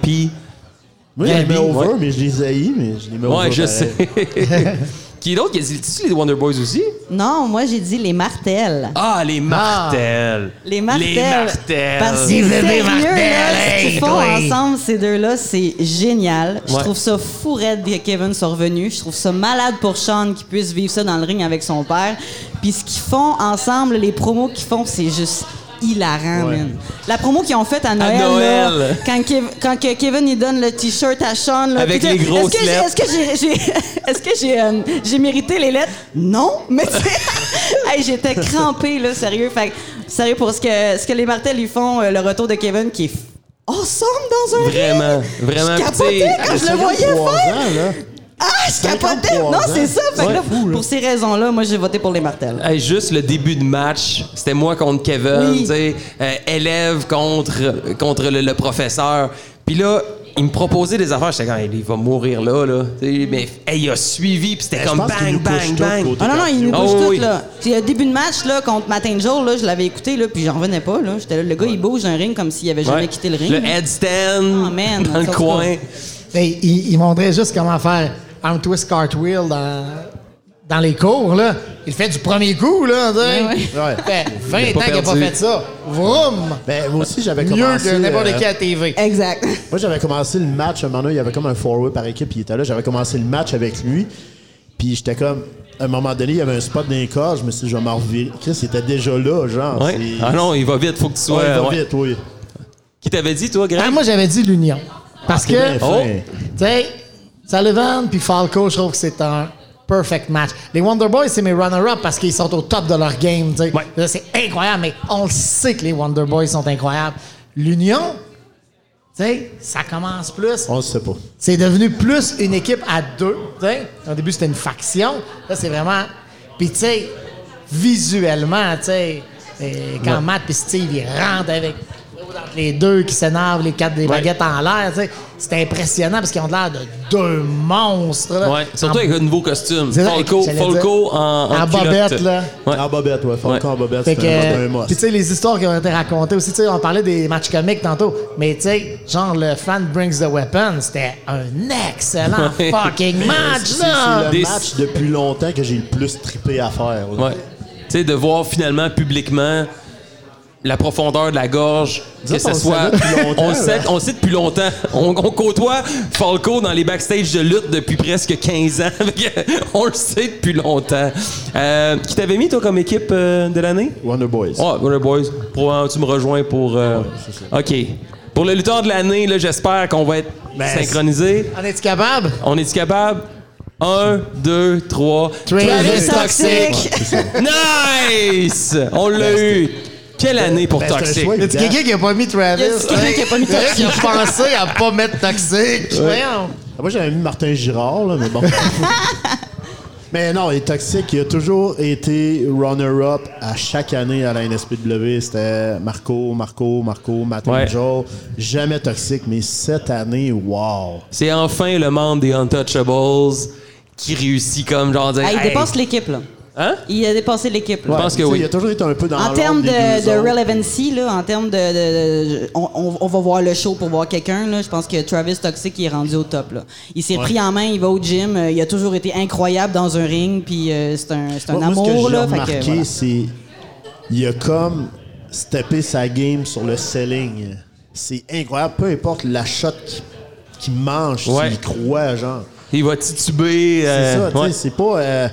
Speaker 1: Moi, je les mets
Speaker 2: Gabi,
Speaker 1: over,
Speaker 2: ouais.
Speaker 1: mais je les haïs, mais je les mets over.
Speaker 2: Ouais, je
Speaker 1: pareil.
Speaker 2: sais. Qui d'autre? Tu les Wonder Boys aussi?
Speaker 5: Non, moi, j'ai dit les martels.
Speaker 2: Ah, les Martels!
Speaker 5: Les martels.
Speaker 2: Les Martels!
Speaker 5: Parce que
Speaker 4: Des bébés
Speaker 5: sérieux,
Speaker 4: martels,
Speaker 5: là, ce
Speaker 4: hey,
Speaker 5: qu'ils font
Speaker 4: oui.
Speaker 5: ensemble, ces deux-là, c'est génial. Je
Speaker 2: Ouais.
Speaker 5: trouve ça fou raide que Kevin soit revenu. Je trouve ça malade pour Sean qui puisse vivre ça dans le ring avec son père. Puis ce qu'ils font ensemble, les promos qu'ils font, c'est juste hilarant,
Speaker 1: Ouais.
Speaker 5: man. La promo qu'ils ont faite à Noël,
Speaker 2: Noël.
Speaker 5: là, quand, Kev- quand que Kevin il donne le t-shirt à Sean, là,
Speaker 2: Avec
Speaker 5: puis
Speaker 2: les
Speaker 5: que-
Speaker 2: grosses
Speaker 5: est-ce que j'ai-
Speaker 2: lettres.
Speaker 5: Euh, Est-ce que j'ai- j'ai est-ce que j'ai euh, j'ai mérité les lettres Non, mais tu sais, hey, j'étais crampée là, sérieux. Fait que, sérieux pour ce que ce que les Martels ils font, euh, le retour de Kevin qui est f- ensemble dans un
Speaker 2: Vraiment,
Speaker 5: ring.
Speaker 2: vraiment.
Speaker 5: Je capotais
Speaker 2: Puis,
Speaker 5: quand Ah, je
Speaker 1: 53
Speaker 5: le voyais faire.
Speaker 1: ans, là.
Speaker 5: Ah, je
Speaker 1: 53
Speaker 5: capotais. Non, c'est ça. Fait que
Speaker 2: hein? Ouais.
Speaker 5: là, pour ces raisons-là, moi j'ai voté pour les Martels.
Speaker 2: Hey, juste le début de match, c'était moi contre Kevin,
Speaker 5: Oui.
Speaker 2: tu sais, euh, élève contre, contre le, le professeur. Puis là, il me proposait des affaires, j'étais comme, Hey, il va mourir là, là. Tu sais, mais hey, il a suivi, puis c'était
Speaker 1: Ben, je
Speaker 2: comme
Speaker 1: pense qu'il
Speaker 2: bang,
Speaker 1: nous
Speaker 2: bang,
Speaker 1: couche tous
Speaker 2: bang.
Speaker 1: côté
Speaker 5: Ah non, non, il nous
Speaker 2: Oh,
Speaker 5: bouge tout,
Speaker 2: oui.
Speaker 5: là. Puis le début de match, là, contre Matt Angel, là, je l'avais écouté, là, puis j'en revenais pas, là. J'étais là, le gars, il bouge d'un ring comme s'il avait jamais
Speaker 2: Ouais.
Speaker 5: quitté le ring.
Speaker 2: Le
Speaker 5: là.
Speaker 2: headstand
Speaker 5: Oh, man,
Speaker 2: dans le
Speaker 5: ça, c'est
Speaker 2: coin.
Speaker 4: Hey, Ben, il, il montrait juste comment faire un twist cartwheel dans, dans les cours, là. Il fait du premier coup, là, tu sais.
Speaker 5: Ouais,
Speaker 1: Ouais.
Speaker 5: ouais.
Speaker 4: Ça fait 20
Speaker 2: Il a
Speaker 4: ans
Speaker 2: pas
Speaker 4: qu'il n'a pas
Speaker 2: perdu.
Speaker 4: fait ça. Vroom!
Speaker 1: Ben, moi aussi, j'avais
Speaker 4: Mieux
Speaker 1: commencé.
Speaker 4: que n'importe
Speaker 1: euh,
Speaker 4: qui à TV.
Speaker 5: Exact.
Speaker 2: Ben,
Speaker 1: Moi, j'avais commencé le match, à un moment donné, il y avait comme un four-way par équipe, il était là, j'avais commencé le match avec lui, puis j'étais comme, à un moment donné, il y avait un spot d'un corps, je me suis dit, je vais m'en revirer. Chris, il était déjà là, genre.
Speaker 2: Ouais.
Speaker 1: c'est-
Speaker 2: Ah non, il va vite, faut que tu
Speaker 1: Ouais,
Speaker 2: sois.
Speaker 1: il va
Speaker 2: ouais.
Speaker 1: vite, oui.
Speaker 2: Qui t'avait dit, toi,
Speaker 4: Ah,
Speaker 2: Greg?
Speaker 4: moi, j'avais dit l'Union. Parce
Speaker 1: C'est bien
Speaker 4: que,
Speaker 2: Oh.
Speaker 1: fin.
Speaker 4: tu sais, Sullivan puis Falco, je trouve que c'est un perfect match. Les Wonder Boys, c'est mes runner-up parce qu'ils sont au top de leur game, tu sais.
Speaker 2: Ouais.
Speaker 4: Là, C'est incroyable, mais on le sait que les Wonder Boys sont incroyables. L'Union, tu sais, ça commence plus.
Speaker 1: On le sait pas.
Speaker 4: C'est devenu plus une équipe à deux. tu sais. Au début, c'était une faction. Là, c'est vraiment. Puis, tu sais, visuellement, tu sais, euh, quand Matt et Steve ils rentrent avec les deux qui s'énervent, les quatre des baguettes en l'air, tu sais, c'est impressionnant parce qu'ils ont l'air de deux monstres. là.
Speaker 2: Ouais. Surtout
Speaker 4: En-
Speaker 2: avec un nouveau costume.
Speaker 4: C'est ça,
Speaker 2: Falco,
Speaker 4: j'allais
Speaker 2: Falco
Speaker 4: dire.
Speaker 2: en, en
Speaker 4: En
Speaker 2: culotte.
Speaker 4: bobette, là.
Speaker 2: Ouais.
Speaker 1: En bobette, ouais. Falcon
Speaker 2: Ouais.
Speaker 1: en bobette,
Speaker 4: Fait que,
Speaker 1: c'est un, un
Speaker 4: puis tu
Speaker 1: must.
Speaker 4: sais, les histoires qui ont été racontées aussi, tu sais, on parlait des matchs comiques tantôt, mais tu sais, genre le fan brings the weapon, c'était un excellent
Speaker 2: Ouais.
Speaker 4: fucking match,
Speaker 1: C'est c'est
Speaker 4: là!
Speaker 1: le
Speaker 2: Des-
Speaker 1: match depuis longtemps que j'ai le plus trippé à faire. là.
Speaker 2: Ouais. Tu sais, de voir finalement publiquement la profondeur de la gorge,
Speaker 1: Nous
Speaker 2: que
Speaker 1: autres, on
Speaker 2: ce
Speaker 1: le
Speaker 2: soit.
Speaker 1: savait depuis longtemps,
Speaker 2: on, le sait,
Speaker 1: là.
Speaker 2: on le sait depuis longtemps. On, on côtoie Falco dans les backstage de lutte depuis presque 15 ans. Fait que on le sait depuis longtemps. Euh, qui t'avait mis, toi, comme équipe euh, de l'année?
Speaker 1: Wonder Boys.
Speaker 2: Ouais, Wonder Boys, probablement tu me rejoins pour. euh, OK. Pour le lutteur de l'année, là, j'espère qu'on va être
Speaker 1: Ben,
Speaker 2: synchronisés.
Speaker 4: En es-tu capable?
Speaker 2: On est-tu capable? Un, deux, trois.
Speaker 4: Travis
Speaker 5: Toxic.
Speaker 4: Toxic!
Speaker 2: Nice! On l'a eu! Quelle année pour
Speaker 1: ben, c'est un
Speaker 2: Toxic!
Speaker 1: choix.
Speaker 4: Y a-tu quelqu'un qui a pas mis Travis?
Speaker 5: Y a-tu quelqu'un qui a pas mis
Speaker 4: Quelqu'un qui a pensé à pas mettre Toxic? Voyons.
Speaker 1: Ah, Moi, j'avais mis Martin Girard, là, mais bon. mais non, il est toxique. Il a toujours été runner-up à chaque année à la NSPW. C'était Marco, Marco, Marco, Matt
Speaker 2: Ouais.
Speaker 1: Angel. Jamais toxique, mais cette année, wow.
Speaker 2: C'est enfin le membre des Untouchables qui réussit comme genre dire.
Speaker 5: Ah, il
Speaker 2: hey.
Speaker 5: dépasse l'équipe, là.
Speaker 2: Hein?
Speaker 5: Il a dépassé l'équipe. là.
Speaker 2: Ouais. pense que
Speaker 1: Tu sais,
Speaker 2: oui.
Speaker 1: Il a toujours été un peu dans
Speaker 5: En
Speaker 1: l'ombre
Speaker 5: termes
Speaker 1: des deux
Speaker 5: de, de
Speaker 1: autres.
Speaker 5: relevancy, là, en termes de, de- de- on, on- on va voir le show pour voir quelqu'un, là, je pense que Travis Toxic il est rendu au top. Là. Il s'est pris en main, il va au gym, euh, il a toujours été incroyable dans un ring, puis euh, c'est un, c'est un
Speaker 1: Moi, moi,
Speaker 5: amour.
Speaker 1: ce que j'ai
Speaker 5: là, fait que,
Speaker 1: remarqué,
Speaker 5: voilà.
Speaker 1: c'est il a comme steppé sa game sur le selling. C'est incroyable. Peu importe la shot qu'il qu'il mange, s'il
Speaker 2: Ouais.
Speaker 1: y croit, genre.
Speaker 2: Il va tituber.
Speaker 1: C'est ça,
Speaker 2: euh,
Speaker 1: tu sais,
Speaker 2: ouais.
Speaker 1: c'est pas. euh,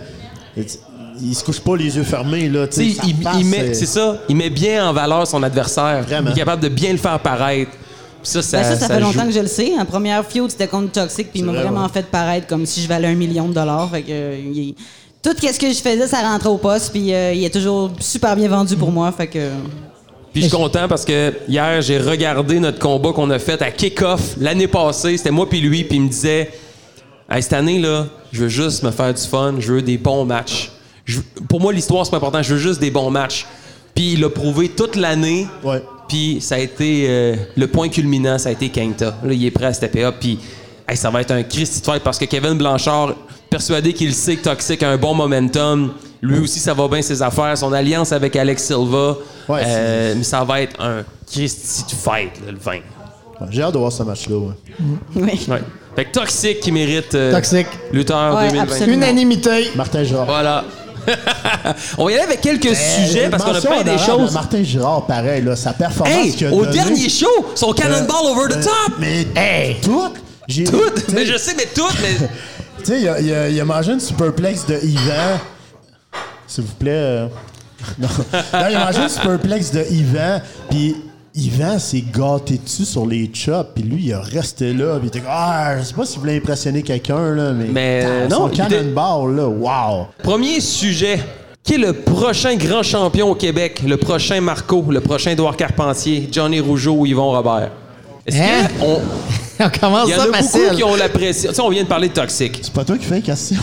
Speaker 1: il se couche pas les yeux fermés, là. tu sais,
Speaker 2: Tu sais,
Speaker 1: sa
Speaker 2: il,
Speaker 1: face,
Speaker 2: il met,
Speaker 1: euh,
Speaker 2: c'est ça, il met bien en valeur son adversaire.
Speaker 1: Vraiment.
Speaker 2: Il est capable de bien le faire paraître. Puis ça, ça,
Speaker 5: Ben ça, ça, fait
Speaker 2: joue.
Speaker 5: longtemps que je le sais. La première feud, c'était contre Toxic, puis il m'a
Speaker 1: vrai,
Speaker 5: vraiment
Speaker 1: ouais.
Speaker 5: fait paraître comme si je valais un million de dollars. Fait que, euh, il- Tout ce que je faisais, ça rentrait au poste, puis euh, il est toujours super bien vendu pour moi. Fait que...
Speaker 2: Puis je suis content parce que hier, j'ai regardé notre combat qu'on a fait à kick-off l'année passée. C'était moi puis lui, puis il me disait Hey, Cette année, là, je veux juste me faire du fun, je veux des bons matchs. Je veux- pour moi, l'histoire, c'est pas important, je veux juste des bons matchs. Puis il l'a prouvé toute l'année.
Speaker 1: Ouais.
Speaker 2: Puis ça a été euh, le point culminant, ça a été Kenta. Là, il est prêt à stepper up. Puis hey, ça va être un Christy fight parce que Kevin Blanchard, persuadé qu'il sait que Toxic a un bon momentum, lui aussi ça va bien ses affaires. Son alliance avec Alex Silva,
Speaker 1: Ouais, c'est-
Speaker 2: euh, mais ça va être un Christy de fight, là, le 20.
Speaker 1: ouais, J'ai hâte de voir ce match-là, ouais.
Speaker 5: Oui.
Speaker 2: Ouais. Fait que Toxic qui mérite euh,
Speaker 4: Toxic.
Speaker 2: lutteur
Speaker 5: Ouais,
Speaker 2: 2020.
Speaker 5: absolument.
Speaker 4: Unanimité.
Speaker 1: Martin Girard. Euh,
Speaker 2: Voilà. On va y aller avec quelques sujets parce qu'on a
Speaker 1: Ben, Mention
Speaker 2: plein
Speaker 1: honorable
Speaker 2: des
Speaker 1: à
Speaker 2: choses.
Speaker 1: Martin Girard, pareil, là, sa performance
Speaker 2: Hey,
Speaker 1: qu'il a
Speaker 2: au
Speaker 1: donnée,
Speaker 2: dernier show, son cannonball over the
Speaker 1: euh,
Speaker 2: top!
Speaker 1: Mais tout! J'ai-
Speaker 2: Tout!
Speaker 1: tu sais,
Speaker 2: Mais je sais, mais tout! Mais...
Speaker 1: Tu sais, il a, il a- il a mangé une superplex de Yvan. S'il vous plaît. euh, Non. Non, il a mangé une superplex de Yvan. Puis Yvan s'est gâté dessus sur les chops. Puis lui, il a resté là. Puis il était comme, ah, je sais pas s'il voulait impressionner quelqu'un, là. Mais,
Speaker 2: Mais, euh,
Speaker 1: Son
Speaker 2: non, il était-
Speaker 1: cannonball, là, wow!
Speaker 2: Premier sujet. Qui est le prochain grand champion au Québec? Le prochain Marco, le prochain Edouard Carpentier, Johnny Rougeau ou Yvon Robert? Est-ce
Speaker 4: Hein?
Speaker 2: que on-
Speaker 4: On commence
Speaker 2: Il y en
Speaker 4: ça
Speaker 2: a beaucoup
Speaker 4: facile.
Speaker 2: qui ont la pression. Tu sais, on vient de parler de toxique.
Speaker 1: C'est pas toi qui fais les questions.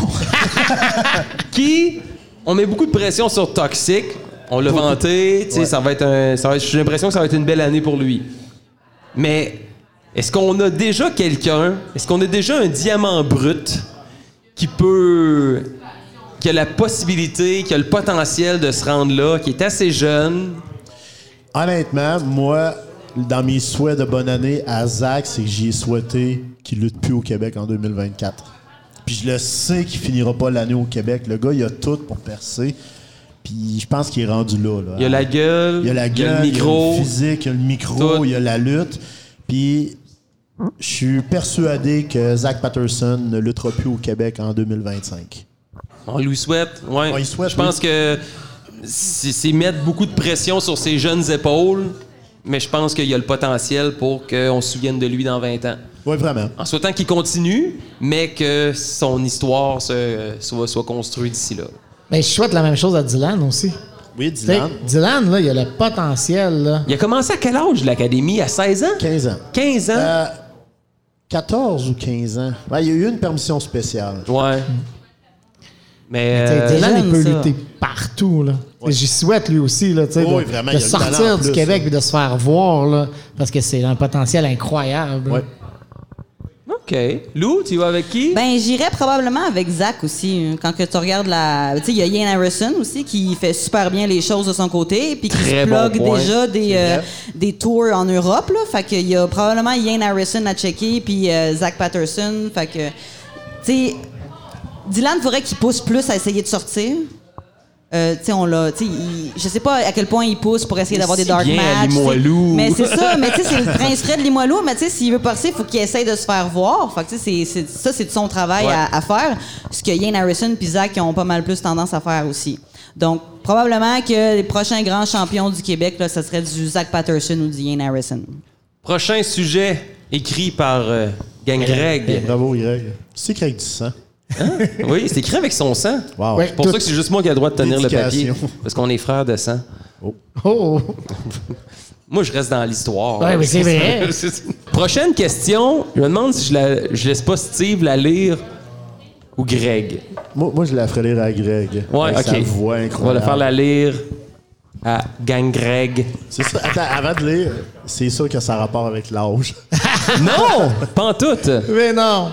Speaker 2: Qui? On met beaucoup de pression sur toxique. On l'a vanté. Tu sais, ça va être un. ça va être- J'ai l'impression que ça va être une belle année pour lui. Mais est-ce qu'on a déjà quelqu'un? Est-ce qu'on a déjà un diamant brut qui peut. qui a la possibilité, qui a le potentiel de se rendre là, qui est assez jeune,
Speaker 1: Honnêtement, moi, dans mes souhaits de bonne année à Zach, c'est que j'y ai souhaité qu'il lutte plus au Québec en 2024. Puis je le sais qu'il finira pas l'année au Québec. Le gars, il a tout pour percer. Puis je pense qu'il est rendu là. là.
Speaker 2: Il y a la gueule,
Speaker 1: Il y a la gueule,
Speaker 2: le micro.
Speaker 1: il y a le physique, il y a le micro,
Speaker 2: Tout.
Speaker 1: il y a la lutte. Puis je suis persuadé que Zach Patterson ne luttera plus au Québec en 2025.
Speaker 2: On lui souhaite. Oh, Ouais.
Speaker 1: On lui souhaite,
Speaker 2: Je pense que c'est c'est mettre beaucoup de pression sur ses jeunes épaules, mais je pense qu'il y a le potentiel pour qu'on se souvienne de lui dans 20 ans.
Speaker 1: Oui, vraiment.
Speaker 2: En souhaitant qu'il continue, mais que son histoire se- soit, soit construite d'ici là.
Speaker 4: Mais je souhaite la même chose à Dylan aussi.
Speaker 1: Oui,
Speaker 4: Tu sais,
Speaker 1: Dylan,
Speaker 4: Dylan, là, il a le potentiel, là.
Speaker 2: Il a commencé à quel âge l'académie À 16 ans
Speaker 1: 15 ans.
Speaker 2: 15 ans
Speaker 1: Euh, 14 ou 15 ans. Ouais, il y a eu une permission spéciale.
Speaker 2: Ouais. Mais.
Speaker 4: Tu sais,
Speaker 2: euh,
Speaker 4: Dylan, il peut
Speaker 5: jeune, ça.
Speaker 4: lutter partout, là. J'y souhaite, lui aussi, là, tu sais,
Speaker 1: Oui,
Speaker 4: de,
Speaker 1: vraiment,
Speaker 4: de
Speaker 1: il a le talent en
Speaker 4: sortir du
Speaker 1: plus,
Speaker 4: Québec
Speaker 1: là.
Speaker 4: et de se faire voir, là, parce que c'est un potentiel incroyable.
Speaker 1: Ouais.
Speaker 2: OK. Lou, tu y vas avec qui
Speaker 5: Ben, j'irais probablement avec Zach aussi. hein, Quand que tu regardes la. Tu sais, il y a Ian Harrison aussi qui fait super bien les choses de son côté. Puis qui
Speaker 2: Très
Speaker 5: se
Speaker 2: bon
Speaker 5: plug
Speaker 2: point.
Speaker 5: déjà des,
Speaker 1: C'est
Speaker 5: euh,
Speaker 1: vrai.
Speaker 5: des tours en Europe. Là. Fait qu'il y a probablement Ian Harrison à checker. Puis euh, Zach Patterson. Fait que. Tu sais, Dylan, faudrait qu'il pousse plus à essayer de sortir. Euh, tu sais, on l'a. tu sais, il- Je sais pas à quel point il pousse pour essayer d'avoir des
Speaker 2: si
Speaker 5: dark
Speaker 2: bien à
Speaker 5: matchs.
Speaker 2: Limoilou.
Speaker 5: c'est- Mais c'est ça, mais tu sais, c'est le prince Fred Limoilou, mais tu sais, s'il veut passer, il faut qu'il essaye de se faire voir. Fait que tu sais, c'est- c'est- ça, c'est de son travail
Speaker 2: Ouais.
Speaker 5: à, à faire. Ce que Ian Harrison et Zach ont pas mal plus tendance à faire aussi. Donc, probablement que les prochains grands champions du Québec, là, ça serait du Zach Patterson ou du Ian Harrison.
Speaker 2: Prochain sujet écrit par euh, Gang Greg.
Speaker 1: Bravo, Greg. C'est Greg du sang.
Speaker 2: Oui, c'est écrit avec son sang.
Speaker 1: Wow.
Speaker 4: Ouais.
Speaker 2: C'est pour ça que c'est juste moi qui ai le droit de tenir le papier.
Speaker 1: Dédication.
Speaker 2: Parce qu'on est frères de sang.
Speaker 4: Oh!
Speaker 2: Moi, je reste dans l'histoire.
Speaker 4: Ouais, mais c'est vrai.
Speaker 2: Prochaine question. Je me demande si je, la, je laisse pas Steve la lire ou Greg.
Speaker 1: Moi, moi, je la ferai lire à Greg.
Speaker 2: Ouais,
Speaker 1: Avec
Speaker 2: OK.
Speaker 1: Sa voix
Speaker 2: On va
Speaker 1: incroyable.
Speaker 2: la faire la lire à Gang Greg.
Speaker 1: C'est ça. Attends, avant de lire, c'est sûr que ça a rapport avec l'âge.
Speaker 2: non! Pas en tout.
Speaker 4: Mais non!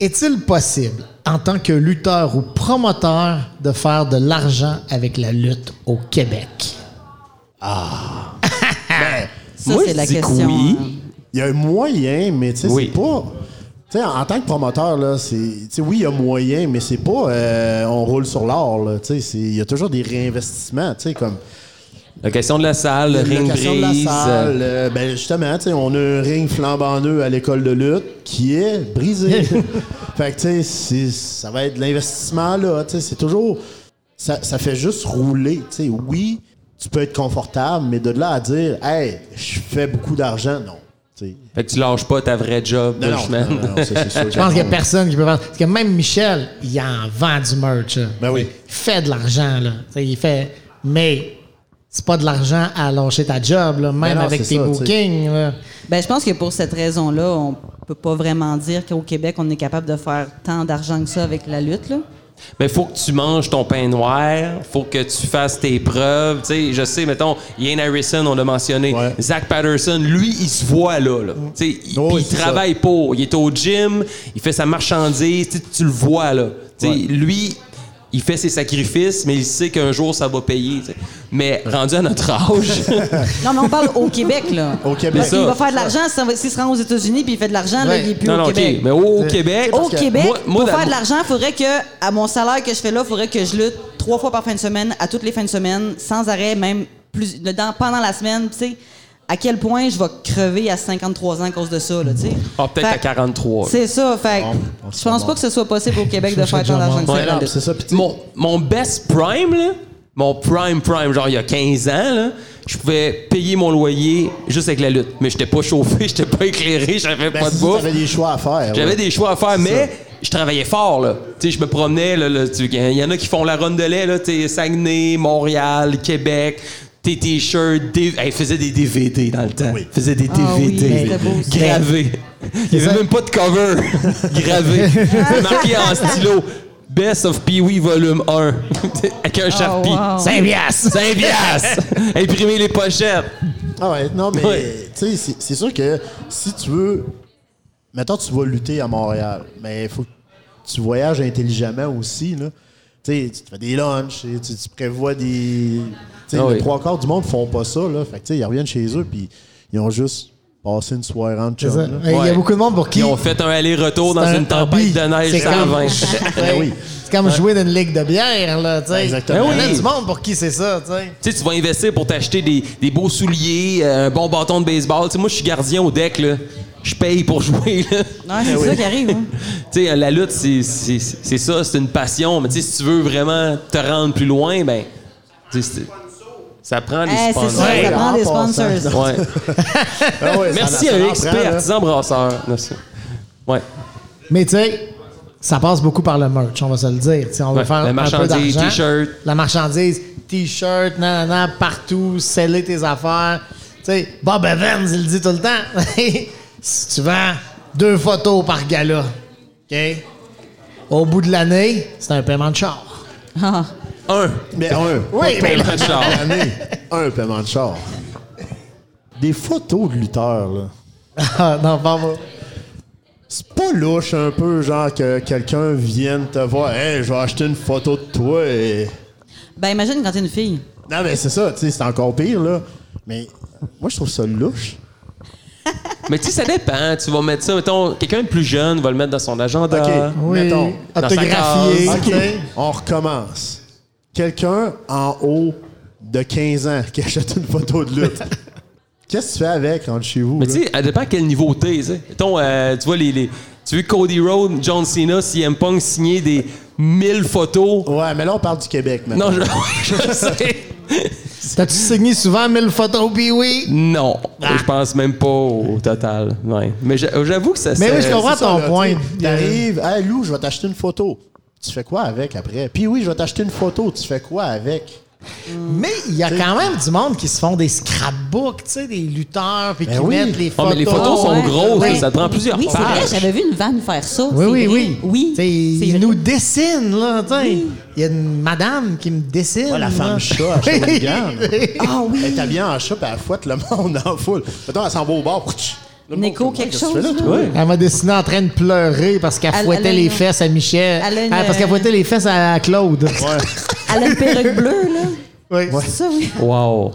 Speaker 4: Est-il possible, en tant que lutteur ou promoteur, de faire de l'argent avec la lutte au Québec?
Speaker 5: Ça,
Speaker 2: Moi,
Speaker 5: c'est
Speaker 2: je
Speaker 5: la
Speaker 2: dis que
Speaker 5: question.
Speaker 2: oui.
Speaker 5: hein.
Speaker 1: Il y a un moyen, mais tu sais,
Speaker 2: Oui.
Speaker 1: c'est pas. Tu sais, en en tant que promoteur, là, c'est. Tu sais, oui, il y a moyen, mais c'est pas. euh, on roule sur l'or, là. Tu sais, c'est- il y a toujours des réinvestissements, tu sais, comme.
Speaker 2: La question de la salle, le ring
Speaker 1: Location de la
Speaker 2: brise.
Speaker 1: salle, euh, ben justement, tu sais, on a un ring flambant neuf à l'école de lutte qui est brisé. fait que, tu sais, c'est- ça va être de l'investissement, là. Tu sais, c'est toujours. Ça, ça fait juste rouler. Tu sais, oui, tu peux être confortable, mais de là à dire, hey, je fais beaucoup d'argent, non. Tu sais,
Speaker 2: Fait que tu lâches pas ta vraie job
Speaker 1: non,
Speaker 2: deux
Speaker 1: non,
Speaker 2: semaines.
Speaker 1: non, non, ça, c'est sûr que
Speaker 4: Je pense qu'il n'y
Speaker 1: non.
Speaker 4: a personne qui peut vendre. Parce que même Michel, il en vend du merch. là.
Speaker 1: Ben oui.
Speaker 4: Il fait de l'argent, là. Tu sais, Il fait. Mais c'est pas de l'argent à lâcher ta job, là, même
Speaker 1: Ben non,
Speaker 4: avec
Speaker 1: c'est
Speaker 4: tes
Speaker 1: ça, tu sais.
Speaker 4: bookings. là.
Speaker 5: Ben, je pense que pour cette raison-là, on peut pas vraiment dire qu'au Québec, on est capable de faire tant d'argent que ça avec la lutte. Là.
Speaker 2: Mais faut que tu manges ton pain noir, faut que tu fasses tes preuves. Tu sais, je sais, mettons, Ian Harrison, on l'a mentionné.
Speaker 1: Ouais.
Speaker 2: Zach Patterson, lui, il se voit là. là. Tu sais, il,
Speaker 1: Oh,
Speaker 2: puis il
Speaker 1: c'est ça.
Speaker 2: travaille pour. Il est au gym, il fait sa marchandise, tu sais, tu le vois là. Tu sais,
Speaker 1: Ouais.
Speaker 2: Lui, il fait ses sacrifices, mais il sait qu'un jour, ça va payer. tu sais. Mais rendu à notre âge,
Speaker 5: Non, mais on parle au Québec. Là.
Speaker 1: Au Québec.
Speaker 5: Parce qu'il
Speaker 2: Mais ça-
Speaker 5: va faire de l'argent s'il va- s'il se rend aux États-Unis puis il fait de l'argent, là,
Speaker 4: Ouais.
Speaker 5: il est plus
Speaker 2: non,
Speaker 5: au
Speaker 2: non,
Speaker 5: Québec.
Speaker 2: OK. Mais au
Speaker 1: C'est-
Speaker 2: Québec.
Speaker 5: Au Québec,
Speaker 2: moi- moi,
Speaker 5: pour
Speaker 2: d'ab-
Speaker 5: faire de l'argent, il faudrait que, à mon salaire que je fais là, il faudrait que je lutte trois fois par fin de semaine, à toutes les fins de semaine, sans arrêt, même plus, dans- pendant la semaine, tu sais. À quel point je vais crever à 53 ans à cause de ça, là, tu sais.
Speaker 2: Ah, peut-être
Speaker 5: Fait-
Speaker 2: à 43. là.
Speaker 5: C'est ça, fait que
Speaker 1: Bon, on
Speaker 5: je
Speaker 1: se
Speaker 5: pense
Speaker 1: remonte.
Speaker 5: pas que ce soit possible au Québec de
Speaker 4: Je
Speaker 5: faire
Speaker 4: sais
Speaker 5: tant
Speaker 4: pas,
Speaker 5: d'argent que ça.
Speaker 1: Ouais,
Speaker 5: avec la
Speaker 1: non,
Speaker 5: lutte.
Speaker 1: c'est ça. Puis, tu sais,
Speaker 2: mon, mon best prime, là, mon prime prime, genre il y a 15 ans, là, je pouvais payer mon loyer juste avec la lutte. Mais j'étais pas chauffé, j'étais pas éclairé, j'avais
Speaker 1: ben,
Speaker 2: pas de
Speaker 1: si
Speaker 2: bouffe.
Speaker 1: t'avais des choix à faire.
Speaker 2: J'avais
Speaker 1: Ah ouais.
Speaker 2: des choix à faire, mais je travaillais fort, là. Tu sais, je me promenais, là, là, tu- il y en a qui font la ronde de lait, là, tu sais, Saguenay, Montréal, Québec, tes t-shirts, des... hey, ils faisaient des DVD dans le temps.
Speaker 1: Oui.
Speaker 2: Ils faisaient des
Speaker 5: Ah oui,
Speaker 2: DVD
Speaker 5: c'était beau, ça.
Speaker 2: gravés. Il n'y
Speaker 4: ça.
Speaker 2: avait même pas de cover gravé. C'était marqué en stylo. Best of Pee-Wee Volume 1 avec un Sharpie.
Speaker 5: Oh, wow.
Speaker 2: Cinq piastres. Cinq piastres. Imprimer les pochettes.
Speaker 1: Ah ouais, non, mais
Speaker 2: Ouais.
Speaker 1: tu sais, c'est- c'est sûr que si tu veux. Mettons, tu vas lutter à Montréal, mais il faut que tu voyages intelligemment aussi. Là. Tu sais, tu te fais des lunchs, et tu, tu prévois des. Tu sais,
Speaker 2: Ah
Speaker 1: les
Speaker 2: oui.
Speaker 1: trois quarts du monde font pas ça. Là. Fait que, tu sais, ils reviennent chez eux, puis ils ont juste passé une soirée en
Speaker 4: C'est
Speaker 1: chum.
Speaker 4: ça.
Speaker 1: là.
Speaker 4: Il y
Speaker 2: Ouais.
Speaker 4: a beaucoup de monde pour qui.
Speaker 2: Ils ont fait un aller-retour dans
Speaker 4: c'est un
Speaker 2: une tempête
Speaker 4: hobby.
Speaker 2: de neige
Speaker 4: C'est comme-
Speaker 2: 120.
Speaker 1: Ben oui.
Speaker 4: C'est comme jouer dans une ligue de bière, là, tu sais.
Speaker 1: Exactement.
Speaker 2: Ben oui.
Speaker 4: Il y en a du monde pour qui c'est ça, tu sais.
Speaker 2: Tu sais, tu vas investir pour t'acheter des, des beaux souliers, euh, un bon bâton de baseball. Tu sais, moi, je suis gardien au deck, là. Je paye pour jouer, là.
Speaker 5: Ouais, c'est ça qui arrive. hein.
Speaker 2: Tu sais, la lutte, c'est- c'est c'est ça, c'est une passion. Mais tu sais, si tu veux vraiment te rendre plus loin, ben, tu sais, c'est- ça prend des
Speaker 5: Eh, c'est
Speaker 2: sponsors.
Speaker 5: ça, ça
Speaker 1: Ouais,
Speaker 5: prend des
Speaker 1: en passant.
Speaker 5: sponsors.
Speaker 2: Ouais.
Speaker 1: Ah ouais, ça-
Speaker 2: Merci
Speaker 1: ça
Speaker 2: à
Speaker 1: en
Speaker 2: XP
Speaker 1: prend, là.
Speaker 2: Artisan Brasseur. Merci. Ouais.
Speaker 4: Mais tu sais, ça passe beaucoup par le merch, on va se le dire. Tu sais, on
Speaker 2: Ouais,
Speaker 4: veut faire
Speaker 2: la
Speaker 4: un peu
Speaker 2: marchandise,
Speaker 4: d'argent.
Speaker 2: t-shirt.
Speaker 4: La marchandise, t-shirt, nanana, partout, sceller tes affaires. Tu sais, Bob Evans, il le dit tout le temps. si tu vends deux photos par gala, OK? Au bout de l'année, c'est un paiement de char.
Speaker 5: Ah.
Speaker 2: Un.
Speaker 1: Mais un.
Speaker 4: Oui, mais
Speaker 2: Pas de char.
Speaker 1: Année, un paiement de char. Des photos de lutteurs, là.
Speaker 4: Ah, non, pas moi.
Speaker 1: C'est pas louche un peu, genre que quelqu'un vienne te voir, hey, je vais acheter une photo de toi. Et...
Speaker 5: Ben, imagine quand t'es une fille.
Speaker 1: Non, mais c'est ça, tu sais, c'est encore pire, là. Mais moi, je trouve ça louche.
Speaker 2: Mais tu sais, ça dépend. Tu vas mettre ça, mettons, quelqu'un de plus jeune va le mettre dans son agenda.
Speaker 1: Ok.
Speaker 4: Oui.
Speaker 1: Mettons,
Speaker 2: dans sa
Speaker 4: Autographié.
Speaker 2: case.
Speaker 4: tu sais.
Speaker 1: On recommence. Quelqu'un en haut de 15 ans qui achète une photo de lutte. Qu'est-ce que tu fais avec rentre chez vous?
Speaker 2: Mais
Speaker 1: là?
Speaker 2: tu sais, elle dépend à quel niveau t'es, tu sais. Mettons, euh, tu vois, les, les- tu veux Cody Rhodes, John Cena, CM Punk signer des 1000 photos.
Speaker 1: Ouais, mais là, on parle du Québec maintenant.
Speaker 2: Non, je, je sais.
Speaker 4: T'as-tu signé souvent 1000 photos, puis oui?
Speaker 2: Non,
Speaker 5: Ah.
Speaker 2: je pense même pas au total. Ouais. Mais j'a- j'avoue que ça
Speaker 4: Mais
Speaker 2: ça-
Speaker 4: oui, je comprends ton point.
Speaker 1: T'arrives, hey Lou, je vais t'acheter une photo. Tu fais quoi avec après? Puis oui, je vais t'acheter une photo. Tu fais quoi avec?
Speaker 4: Mais il y a quand même du monde qui se font des scrapbooks, tu sais, des lutteurs, puis qui
Speaker 1: oui.
Speaker 4: mettent les
Speaker 2: Oh,
Speaker 4: photos.
Speaker 2: mais les photos sont
Speaker 5: Ah, ouais.
Speaker 2: grosses,
Speaker 5: Ouais.
Speaker 2: ça te prend plusieurs
Speaker 5: Oui, c'est vrai,
Speaker 2: pages.
Speaker 5: j'avais vu une vanne faire ça.
Speaker 4: Oui,
Speaker 5: c'est
Speaker 4: oui,
Speaker 5: vrai.
Speaker 4: oui.
Speaker 5: Oui.
Speaker 4: Tu sais,
Speaker 5: c'est
Speaker 4: ils
Speaker 5: vrai.
Speaker 4: nous dessinent, là, tu sais. Il y a une madame qui me dessine.
Speaker 1: Ouais, la femme
Speaker 4: là.
Speaker 1: chat, elle chauffe une gamme.
Speaker 5: Ah oui.
Speaker 1: Elle est habillée en chat, puis elle fouette le monde en foule. Mettons, elle s'en va au bar. Le monde
Speaker 5: Nico,
Speaker 1: comme,
Speaker 5: quelque
Speaker 1: Qu'est-ce que
Speaker 5: chose,
Speaker 1: tu fais là,
Speaker 5: là?
Speaker 1: toi?
Speaker 2: Ouais.
Speaker 4: Elle m'a dessiné en train de pleurer parce qu'elle
Speaker 5: Elle-
Speaker 4: fouettait
Speaker 5: elle a
Speaker 4: les
Speaker 5: une-
Speaker 4: fesses à Michel.
Speaker 5: Elle a une-
Speaker 4: Ah, parce qu'elle fouettait les fesses à Claude.
Speaker 5: Elle a une perruque bleue, là.
Speaker 4: Oui.
Speaker 5: C'est ça, oui.
Speaker 2: Wow.